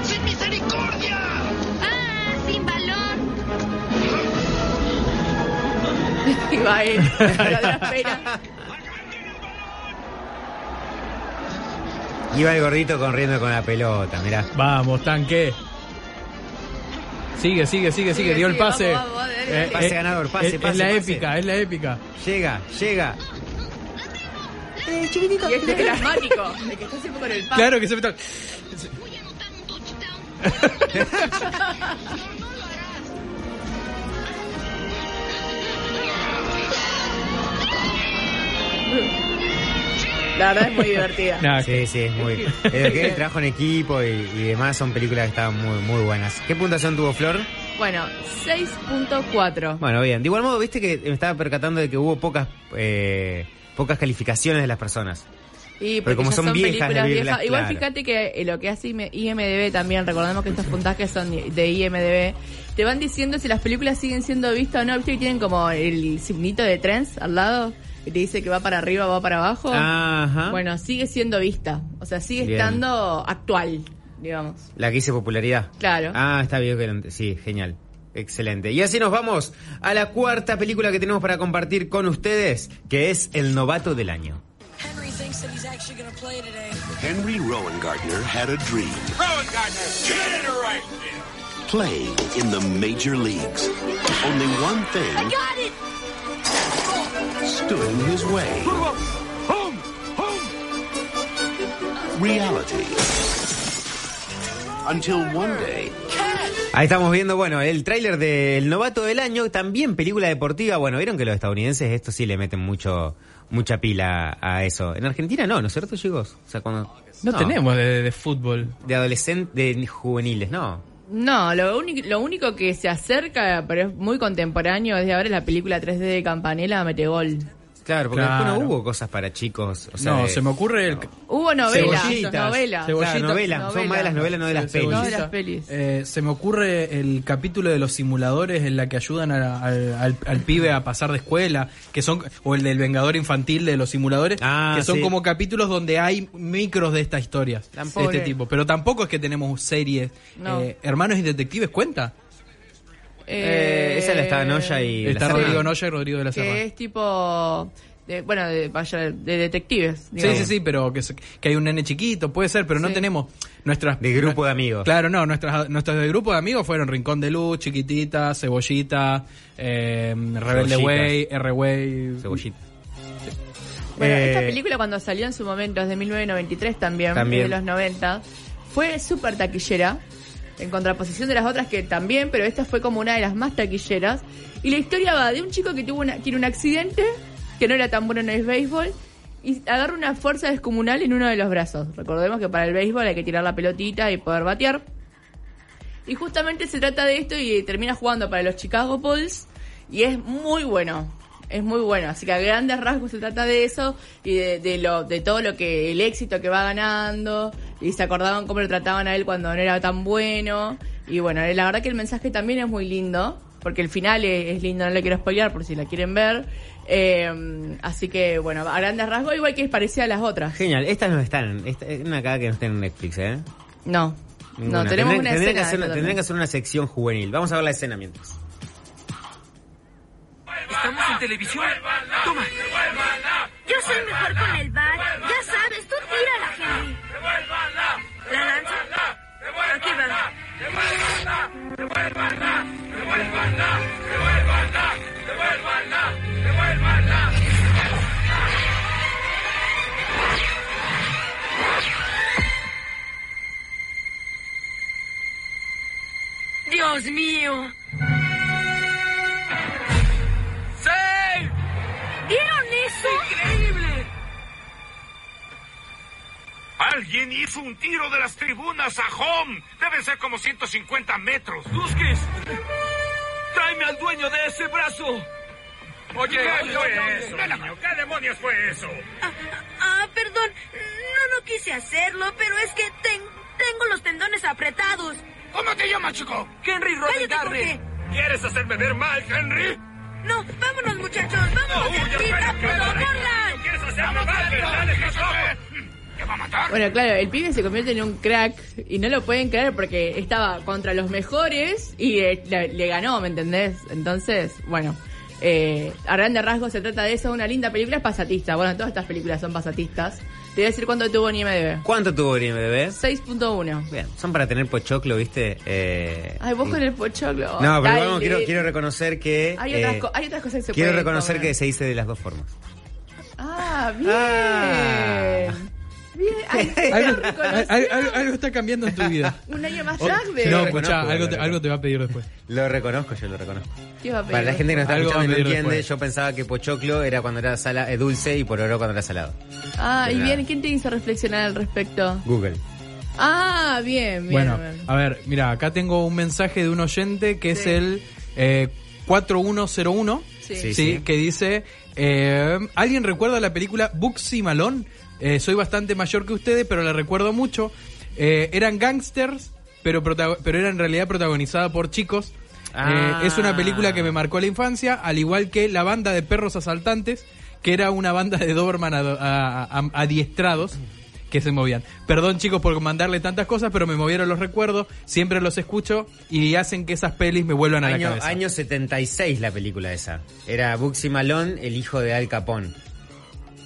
Speaker 12: ¡Sin misericordia!
Speaker 11: ¡Ah, sin balón!
Speaker 3: Y va él. para la espera.
Speaker 2: Iba el gordito corriendo con la pelota, mirá.
Speaker 4: Vamos, tanque. Sigue, sigue, sigue, sigue.
Speaker 2: Sigue,
Speaker 4: Dio el
Speaker 2: sigue,
Speaker 4: pase. Eh,
Speaker 2: vamos, vamos, dale, dale. Pase ganador, pase,
Speaker 4: es- Es
Speaker 2: pase,
Speaker 4: la
Speaker 2: pase.
Speaker 4: épica, es la épica.
Speaker 2: Llega, llega.
Speaker 3: Y este es el asmático, el que está siempre con el pan.
Speaker 4: Claro que se me to-
Speaker 3: La verdad es muy divertida.
Speaker 2: Sí, sí, es muy. eh, lo que es el trabajo en equipo y, y demás son películas que estaban muy, muy buenas. ¿Qué puntuación tuvo Flor?
Speaker 3: Bueno, 6.4.
Speaker 2: Bueno, bien. De igual modo, viste que me estaba percatando de que hubo pocas eh, pocas calificaciones de las personas.
Speaker 3: Y
Speaker 2: Pero
Speaker 3: porque
Speaker 2: como
Speaker 3: ya
Speaker 2: son viejas, las viejas,
Speaker 3: Igual
Speaker 2: claro.
Speaker 3: fíjate que eh, lo que hace IME- IMDB también, recordemos que estos puntajes son de IMDB, te van diciendo si las películas siguen siendo vistas o no, viste que tienen como el signito de trends al lado, que te dice que va para arriba, va para abajo.
Speaker 2: Ajá.
Speaker 3: Oh. Bueno, sigue siendo vista, o sea, sigue
Speaker 2: Ah. Bien.
Speaker 3: estando actual, digamos.
Speaker 2: La que hice popularidad.
Speaker 3: Claro.
Speaker 2: Ah, está bien. que lo- Sí, genial. Excelente. Y así nos vamos a la cuarta película que tenemos para compartir con ustedes, que es El Novato del Año.
Speaker 17: Henry thinks that he's actually going to play today.
Speaker 15: Henry Rowan Gardner had a dream
Speaker 17: Rowan Gardner, get it right.
Speaker 15: playing in the major leagues. Only one thing
Speaker 17: Got it.
Speaker 15: stood in his way reality. Until one day,
Speaker 2: Ahí estamos viendo, bueno, el tráiler del Novato del Año, también película deportiva. Bueno, vieron que los estadounidenses esto sí le meten mucho mucha pila a eso. En Argentina no, ¿no es cierto, chicos? O sea, cuando
Speaker 4: No, tenemos de, de fútbol.
Speaker 2: de adolescentes, de juveniles, no.
Speaker 3: No, lo, único- lo único que se acerca, pero es muy contemporáneo desde ahora, es la película 3D de Campanella, Metegol.
Speaker 2: Claro, porque
Speaker 4: Claro.
Speaker 2: después no hubo cosas para chicos. O sea,
Speaker 4: no,
Speaker 2: de-
Speaker 4: se me ocurre el.
Speaker 3: Hubo novelas,
Speaker 4: Cebollitas,
Speaker 3: novelas.
Speaker 4: cebollitas.
Speaker 2: Claro, novela, son más de las novelas, no de las
Speaker 4: Ce-
Speaker 2: pelis.
Speaker 4: cebollita.
Speaker 3: No de las pelis.
Speaker 4: Eh, se me ocurre el capítulo de los simuladores en la que ayudan a- al, al- al pibe a pasar de escuela, que son o el del Vengador Infantil de los simuladores, que son
Speaker 2: Ah, sí.
Speaker 4: como capítulos donde hay micros de estas historias, de
Speaker 2: Tampoco-
Speaker 4: este tipo. Pero tampoco es que tenemos series.
Speaker 2: No.
Speaker 4: Eh, Hermanos y detectives cuenta.
Speaker 2: Eh, esa la está Noya y la
Speaker 4: está
Speaker 2: Serna.
Speaker 4: Rodrigo Noya y Rodrigo de la Serna.
Speaker 3: que es tipo de, bueno de, vaya, de detectives
Speaker 4: Sí,
Speaker 3: digamos.
Speaker 4: sí, sí, pero que, se- que hay un nene chiquito, puede ser, pero no tenemos nuestras...
Speaker 2: De grupo de amigos.
Speaker 4: Claro, no, nuestras, nuestros de grupo de amigos fueron Rincón de Luz, Chiquitita, Cebollita, eh, Rebelde
Speaker 2: Cebollitas.
Speaker 4: Way, R-Way...
Speaker 2: Cebollita.
Speaker 3: bueno
Speaker 4: Eh,
Speaker 3: esta película cuando salió en su momento es de 1993 también,
Speaker 2: También.
Speaker 3: de los 90 fue súper taquillera en contraposición de las otras que también, pero esta fue como una de las más taquilleras. Y la historia va de un chico que tuvo una, tiene un accidente, que no era tan bueno en el béisbol, y agarra una fuerza descomunal en uno de los brazos. Recordemos que para el béisbol hay que tirar la pelotita y poder batear. Y justamente se trata de esto y termina jugando para los Chicago Bulls y es muy bueno. Es muy bueno, así que a grandes rasgos se trata de eso y de, de lo, de todo lo que, el éxito que va ganando y se acordaban cómo lo trataban a él cuando no era tan bueno y bueno, la verdad que el mensaje también es muy lindo porque el final es, es lindo, no le quiero spoilear por si la quieren ver, Eh, así que bueno, a grandes rasgos igual que es parecida a las otras.
Speaker 2: Genial, estas no están. Esta, es una cagada que no estén en Netflix, ¿eh?
Speaker 3: No.
Speaker 2: Ninguna.
Speaker 3: No, tenemos
Speaker 2: Tendré-
Speaker 3: una
Speaker 2: tendrían
Speaker 3: escena
Speaker 2: que hacer,
Speaker 3: de esto
Speaker 2: tendrían que
Speaker 3: también.
Speaker 2: hacer una sección juvenil. Vamos a ver la escena mientras.
Speaker 17: Estamos en televisión. Toma.
Speaker 5: Yo soy mejor con el bat. Ya sabes, tú tírala, Henry. ¿La lanza? Aquí va. Dios mío. ¡Save! ¿Vieron eso? ¡Increíble!
Speaker 18: Alguien hizo un tiro de las tribunas a home. Deben ser como 150 metros. Busques. Tráeme al dueño de ese brazo. Oye,
Speaker 17: ¿Qué
Speaker 18: oye,
Speaker 17: fue
Speaker 18: oye,
Speaker 17: eso,
Speaker 18: oye. ¿Qué demonios fue eso?
Speaker 5: Ah, perdón. No, no quise hacerlo, pero es que ten- tengo los tendones apretados.
Speaker 18: ¿Cómo te llamas, chico?
Speaker 5: Henry Rodríguez.
Speaker 18: ¿Quieres hacerme ver mal, Henry?
Speaker 5: No, vámonos, muchachos. Vámonos, Henry. Rápido, Nolan.
Speaker 18: ¿Quieres hacerme mal, verdad, Henry?
Speaker 3: Bueno, claro, el pibe se convierte en un crack y no lo pueden creer porque estaba contra los mejores y eh, le, le ganó, ¿me entendés? Entonces, bueno, eh, a grandes rasgos se trata de eso, una linda película, es pasatista. Bueno, todas estas películas son pasatistas. Te voy a decir cuánto tuvo en IMDb.
Speaker 2: ¿Cuánto tuvo el IMDb?
Speaker 3: 6.1.
Speaker 2: Bien, son para tener pochoclo, ¿viste? Eh,
Speaker 3: Ay, vos
Speaker 2: y-
Speaker 3: con el pochoclo.
Speaker 2: No, pero
Speaker 3: Dale.
Speaker 2: vamos, quiero, quiero reconocer que...
Speaker 3: Hay otras,
Speaker 2: eh,
Speaker 3: co- hay otras cosas que se
Speaker 2: Quiero
Speaker 3: pueden
Speaker 2: reconocer
Speaker 3: comer.
Speaker 2: que se dice de las dos formas.
Speaker 3: Ah, bien.
Speaker 2: Ah.
Speaker 3: Bien. Ay,
Speaker 4: Algo,
Speaker 3: reconoció.
Speaker 4: al- al- algo está cambiando en tu vida.
Speaker 3: un año más
Speaker 4: Oh,
Speaker 3: tarde.
Speaker 4: No,
Speaker 2: Lo
Speaker 4: escuchá,
Speaker 2: reconozco,
Speaker 4: algo te,
Speaker 2: lo
Speaker 4: algo te va a pedir después.
Speaker 2: Lo reconozco, yo lo reconozco.
Speaker 3: ¿Qué va a pedir?
Speaker 2: Para la gente que no está
Speaker 4: Algo
Speaker 2: escuchando y
Speaker 4: va
Speaker 2: no
Speaker 4: a pedir
Speaker 2: entiende,
Speaker 4: después.
Speaker 2: yo pensaba que pochoclo era cuando era sala, eh, dulce y pororó cuando era salado.
Speaker 3: Ah, y
Speaker 2: Nada.
Speaker 3: bien, ¿quién te hizo reflexionar al respecto?
Speaker 2: Google.
Speaker 3: Ah, bien, bien.
Speaker 4: Bueno,
Speaker 3: bien.
Speaker 4: a ver, mira, acá tengo un mensaje de un oyente que es
Speaker 3: Sí.
Speaker 4: el eh, 4101,
Speaker 3: Sí. Sí,
Speaker 4: sí.
Speaker 3: sí.
Speaker 4: que dice, eh, ¿alguien recuerda la película Buxy Malone? Eh, soy bastante mayor que ustedes, pero la recuerdo mucho. Eh, eran gangsters, pero, protago- pero era en realidad protagonizada por chicos. Eh,
Speaker 2: Ah.
Speaker 4: es una película que me marcó la infancia, al igual que la banda de perros asaltantes, que era una banda de Doberman ado- a- a- a- adiestrados que se movían. Perdón chicos por mandarle tantas cosas, pero me movieron los recuerdos, siempre los escucho y hacen que esas pelis me vuelvan a la
Speaker 2: Año,
Speaker 4: cabeza.
Speaker 2: año 76 la película esa. Era Buxy Malone, el hijo de Al Capone.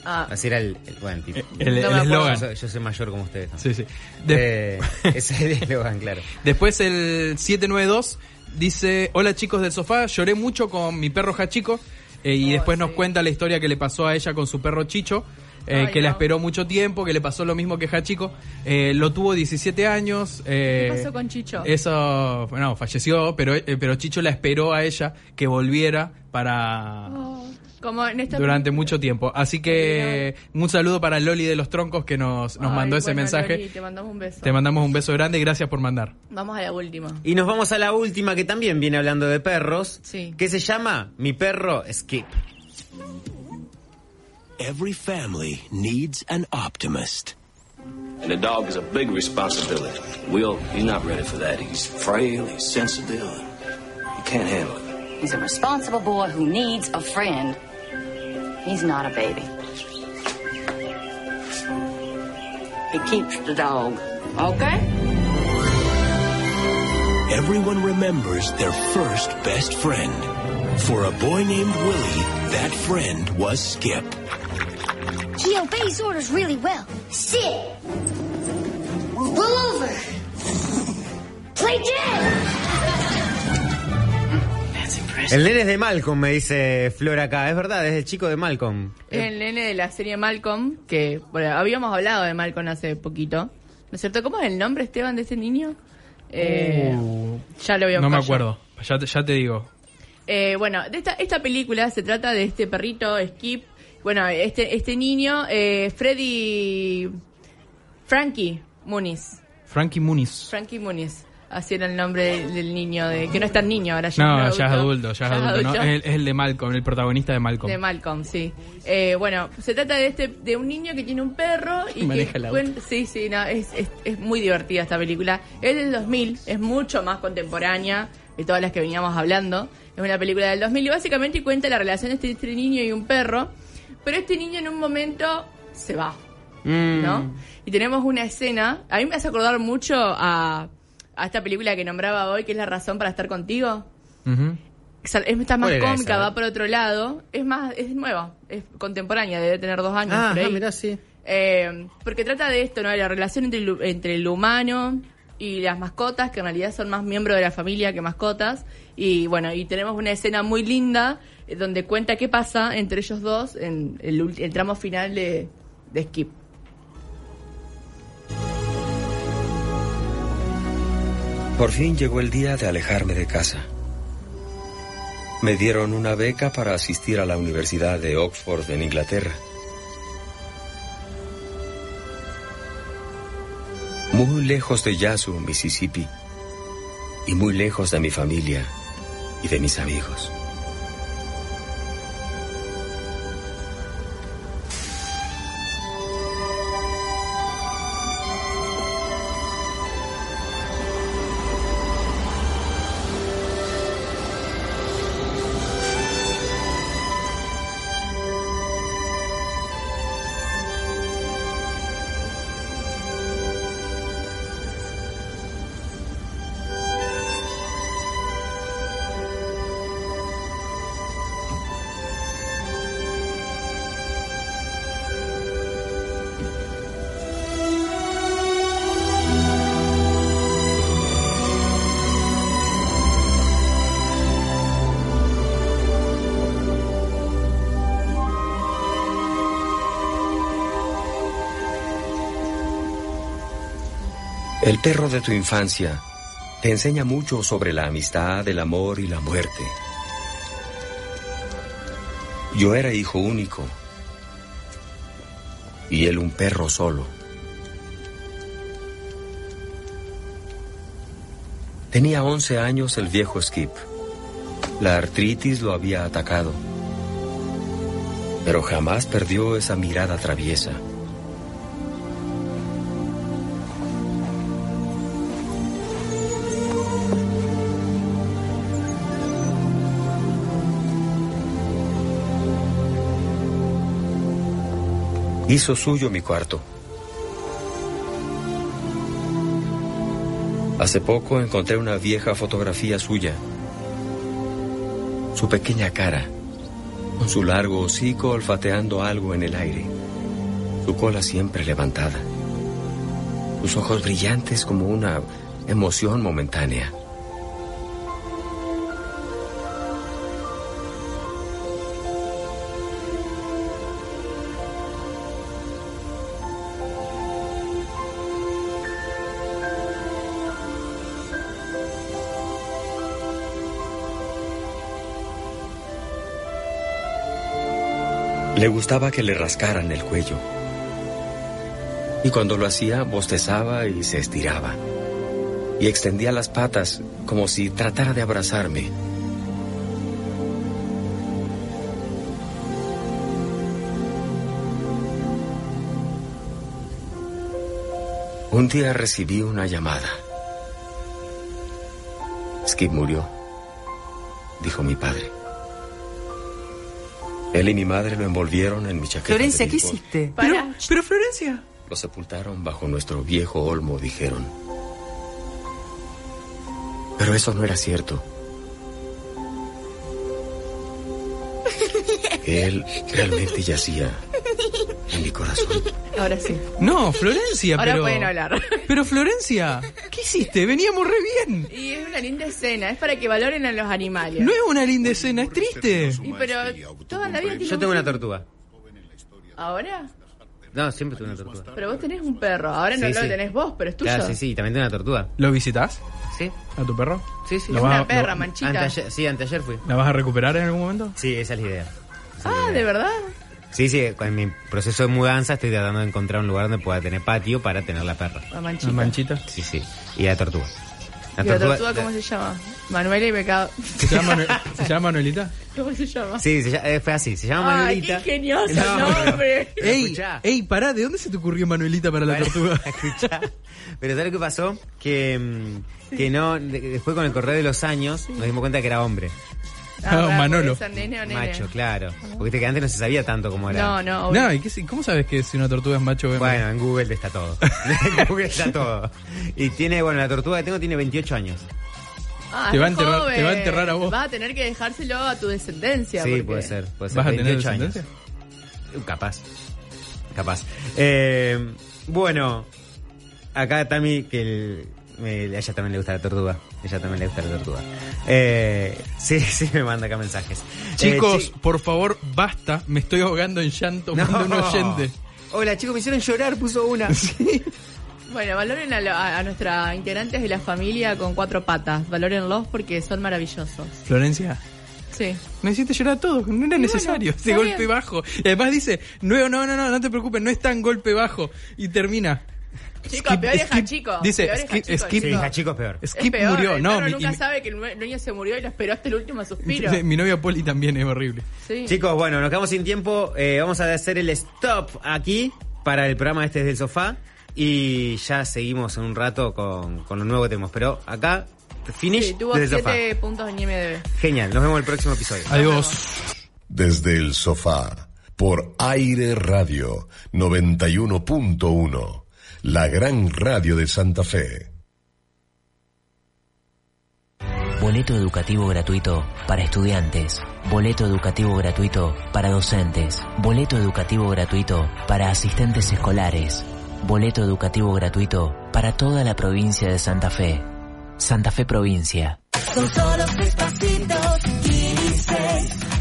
Speaker 3: Ah,
Speaker 2: Así era el, el- bueno, el tipo.
Speaker 4: El- el No me acuerdo. eslogan.
Speaker 2: Yo, soy- yo soy mayor como ustedes. ¿no?
Speaker 4: Sí, sí.
Speaker 2: Eh, ese es el eslogan, claro.
Speaker 4: Después el 792 dice, hola chicos del sofá, lloré mucho con mi perro Hachico eh,
Speaker 3: Oh,
Speaker 4: y después nos cuenta la historia que le pasó a ella con su perro Chicho. eh,
Speaker 3: Ay,
Speaker 4: que la
Speaker 3: no.
Speaker 4: esperó mucho tiempo, que le pasó lo mismo que Hachico. Eh, lo tuvo 17 años.
Speaker 3: ¿Qué
Speaker 4: eh,
Speaker 3: pasó con Chicho?
Speaker 4: Eso, bueno, falleció, pero, eh, pero Chicho la esperó a ella que volviera para
Speaker 3: Oh, como en esta
Speaker 4: durante mucho tiempo. Así que un saludo para Loli de los Troncos que nos, nos
Speaker 3: Ay,
Speaker 4: mandó ese
Speaker 3: bueno,
Speaker 4: mensaje.
Speaker 3: Loli, te mandamos un beso.
Speaker 4: Te mandamos un beso grande y gracias por mandar.
Speaker 3: Vamos a la última.
Speaker 2: Y nos vamos a la última que también viene hablando de perros.
Speaker 3: Sí.
Speaker 2: Que se llama Mi perro Skip.
Speaker 15: Every family needs an optimist.
Speaker 19: The dog is a big responsibility. Will, he's not ready for that. He's frail, he's sensitive, and he can't handle it.
Speaker 20: He's a responsible boy who needs a friend. He's not a baby. He keeps the dog. Okay?
Speaker 15: Everyone remembers their first best friend. For a boy named Willie, that friend was Skip.
Speaker 6: He obeys orders really well. Sit. Roll over. Play dead.
Speaker 2: El nene es de Malcolm, me dice Flor acá. Es verdad, es el chico de Malcolm.
Speaker 4: Eh,
Speaker 3: Es el nene de la serie Malcolm, que bueno, habíamos hablado de Malcolm hace poquito. ¿No es cierto? ¿Cómo es el nombre, Esteban, de ese este niño? Eh,
Speaker 4: Uh,
Speaker 3: ya lo voy a
Speaker 4: no me
Speaker 3: buscar yo.
Speaker 4: acuerdo. Ya, te- ya te digo.
Speaker 3: Eh, bueno, de esta, esta película se trata de este perrito, Skip. Bueno, este, este niño, eh, Freddy. Frankie Muniz.
Speaker 4: Frankie Muniz.
Speaker 3: Frankie Muniz. Así era el nombre del, del niño, de que no es tan niño ahora. Ya
Speaker 4: No,
Speaker 3: es un
Speaker 4: ya es adulto, ya es adulto. ¿no? Es, el, es el de Malcolm, el protagonista de Malcolm.
Speaker 3: De Malcolm, sí. Eh, bueno, se trata de este de un niño que tiene un perro y
Speaker 4: Maneja
Speaker 3: que
Speaker 4: el auto.
Speaker 3: cuen- sí, sí, no, es, es- es muy divertida esta película. Es del 2000, es mucho más contemporánea de todas las que veníamos hablando. Es una película del 2000 y básicamente cuenta la relación entre este niño y un perro, pero este niño en un momento se va.
Speaker 4: Mm.
Speaker 3: ¿no? Y tenemos una escena, a mí me hace acordar mucho a, a esta película que nombraba hoy, que es La razón para estar contigo. Sal- Es, está más
Speaker 2: ¿Cuál era esa?
Speaker 3: cómica,
Speaker 2: eh.
Speaker 3: va por otro lado. Es más, es nueva, es contemporánea, debe tener dos años.
Speaker 2: Ah,
Speaker 3: por ahí.
Speaker 2: ajá, mirá, sí.
Speaker 3: Eh, porque trata de esto, ¿no? De la relación entre el, entre el humano y las mascotas, que en realidad son más miembros de la familia que mascotas. Y bueno, y tenemos una escena muy linda eh, donde cuenta qué pasa entre ellos dos en el, ulti- el tramo final de, de Skip.
Speaker 21: Por fin llegó el día de alejarme de casa. Me dieron una beca para asistir a la Universidad de Oxford en Inglaterra. Muy lejos de Yazoo, Mississippi, y muy lejos de mi familia y de mis amigos. El perro de tu infancia te enseña mucho sobre la amistad, el amor y la muerte. Yo era hijo único y él un perro solo. Tenía 11 años el viejo Skip. La artritis lo había atacado, pero jamás perdió esa mirada traviesa. hizo suyo mi cuarto. Hace poco encontré una vieja fotografía suya. Su pequeña cara, con su largo hocico olfateando algo en el aire, su cola siempre levantada, sus ojos brillantes como una emoción momentánea. Le gustaba que le rascaran el cuello. Y cuando lo hacía, bostezaba y se estiraba. Y extendía las patas como si tratara de abrazarme. Un día recibí una llamada. Skip murió, dijo mi padre. Él y mi madre lo envolvieron en mi chaqueta. de béisbol.
Speaker 22: hiciste?
Speaker 3: Pero,
Speaker 22: pero Florencia.
Speaker 21: Lo sepultaron bajo nuestro viejo olmo, dijeron. Pero eso no era cierto. Él realmente yacía en mi corazón.
Speaker 3: Ahora sí.
Speaker 4: No, Florencia,
Speaker 3: Ahora
Speaker 4: pero.
Speaker 3: pueden hablar.
Speaker 4: Pero Florencia, ¿qué hiciste? Veníamos re bien.
Speaker 3: Y es una linda escena, es para que valoren a los animales.
Speaker 4: No es una linda escena, es triste.
Speaker 3: Y pero toda la vida tiene
Speaker 2: Yo
Speaker 3: un-
Speaker 2: tengo una tortuga.
Speaker 3: ¿Ahora?
Speaker 2: No, siempre tuve una tortuga.
Speaker 3: Pero vos tenés un perro. Ahora no
Speaker 2: Sí,
Speaker 3: lo
Speaker 2: sí.
Speaker 3: tenés vos, pero es tuyo.
Speaker 2: Claro, sí, sí, también tengo una tortuga.
Speaker 4: ¿Lo visitas?
Speaker 2: Sí.
Speaker 4: ¿A tu perro?
Speaker 2: Sí, sí.
Speaker 4: ¿Lo vas a- lo-
Speaker 2: Anteayer- sí, anteayer fui.
Speaker 4: ¿La vas a recuperar en algún momento?
Speaker 2: Sí, esa es la idea.
Speaker 3: Ah, ¿de verdad?
Speaker 2: Sí, sí, en mi proceso de mudanza estoy tratando de encontrar un lugar donde pueda tener patio para tener la perra.
Speaker 3: La manchita.
Speaker 4: La manchita.
Speaker 2: Sí, sí. Y la tortuga.
Speaker 3: ¿Y la tortuga cómo se llama? Manuela y Becado.
Speaker 4: ¿Se llama, Manuel- ¿Se llama Manuelita?
Speaker 3: ¿Cómo se llama?
Speaker 2: Sí, se llama- eh, fue así. Se llama
Speaker 3: Ay,
Speaker 2: Manuelita.
Speaker 3: qué ingenioso
Speaker 2: No, pero-
Speaker 3: nombre.
Speaker 2: pero
Speaker 4: ¡Ey!
Speaker 2: escuchá.
Speaker 4: ¡Ey, pará! ¿De dónde se te ocurrió Manuelita para la tortuga?
Speaker 2: Escuchá. Pero ¿sabes lo que pasó? Que, mm, que no, de- después con el correr de los años nos dimos cuenta que era hombre.
Speaker 4: Ah,
Speaker 3: va,
Speaker 4: Manolo.
Speaker 3: ¿puede ser nene o nene? Ah.
Speaker 2: Macho, claro. Porque viste que antes no se sabía tanto cómo era.
Speaker 3: No, no. obvio.
Speaker 4: No, ¿y qué, si- cómo sabes que si una tortuga es macho o hembra?
Speaker 2: Bueno, en Google está todo. en Google está todo. Y tiene, bueno, la tortuga que tengo tiene 28 años.
Speaker 3: Ah,
Speaker 4: te va a
Speaker 3: es
Speaker 4: enterrar-
Speaker 3: joven.
Speaker 4: te va a enterrar a vos.
Speaker 3: Vas a tener que dejárselo a tu descendencia.
Speaker 2: Sí,
Speaker 3: porque-
Speaker 2: puede ser. Puede ser.
Speaker 4: ¿Vas a tener
Speaker 2: 28 pues años.
Speaker 4: descendencia?
Speaker 2: Capaz. Capaz. Eh, bueno, acá Tami, que el- me- a ella también le gusta la tortuga. A Ella también le gusta la tortuga. Eh, sí, sí, me manda acá mensajes. Eh, chi-
Speaker 4: Chicos, por favor, basta. Me estoy ahogando en llanto.
Speaker 2: No.
Speaker 4: Manda un oyente.
Speaker 2: Hola, chicos, me hicieron llorar, puso una.
Speaker 3: Bueno, valoren a, lo- a- a nuestras integrantes de la familia con cuatro patas. Valórenlos porque son maravillosos.
Speaker 4: Florencia,
Speaker 3: Sí.
Speaker 4: me hiciste llorar todo. No era necesario.
Speaker 3: está
Speaker 4: de golpe
Speaker 3: bien.
Speaker 4: bajo. Y además dice, no, no, no, no, no te preocupes. No es tan golpe bajo. Y termina.
Speaker 3: Chicos,
Speaker 4: Skip-
Speaker 3: peor es
Speaker 4: skip-
Speaker 3: Hachico.
Speaker 4: Dice,
Speaker 3: Peor es
Speaker 4: skip-
Speaker 3: Hachico,
Speaker 4: skip-
Speaker 2: Sí,
Speaker 3: chicos.
Speaker 2: hija, chicos, peor.
Speaker 3: Es
Speaker 4: Skip
Speaker 3: peor,
Speaker 4: murió.
Speaker 3: el
Speaker 4: No,
Speaker 3: perro
Speaker 4: mi,
Speaker 3: nunca
Speaker 4: y mi-
Speaker 3: sabe que el nue- dueño se murió y lo esperó hasta el último suspiro.
Speaker 4: mi novia Poli también es horrible.
Speaker 3: Sí.
Speaker 2: Chicos, bueno, nos quedamos sin tiempo. Eh, vamos a hacer el stop aquí para el programa este desde el sofá. Y ya seguimos en un rato con, con lo nuevo que tenemos. Pero acá, finish
Speaker 3: Sí, tuvo
Speaker 2: desde el sofá.
Speaker 3: 7 puntos en IMDB.
Speaker 2: Genial, nos vemos en el próximo episodio.
Speaker 4: Adiós.
Speaker 1: Desde el sofá, por Aire Radio 91.1, la gran radio de Santa Fe.
Speaker 7: Boleto educativo gratuito para estudiantes. Boleto educativo gratuito para docentes. Boleto educativo gratuito para asistentes escolares. Boleto educativo gratuito para toda la provincia de Santa Fe. Santa Fe Provincia.
Speaker 22: Son solo seis pasitos, 16.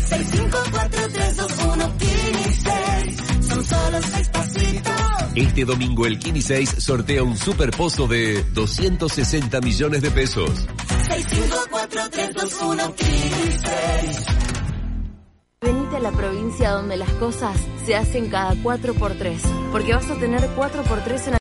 Speaker 22: 6, 5, 4, 3, 2, 1, 16. Son solo seis pasitos.
Speaker 23: Este domingo el Kini 6 sortea un superpozo de 260 millones de pesos.
Speaker 22: 6, 5, 4, 3, 2, 1, 16.
Speaker 24: Venite a la provincia donde las cosas se hacen cada 4x3, porque vas a tener 4x3 en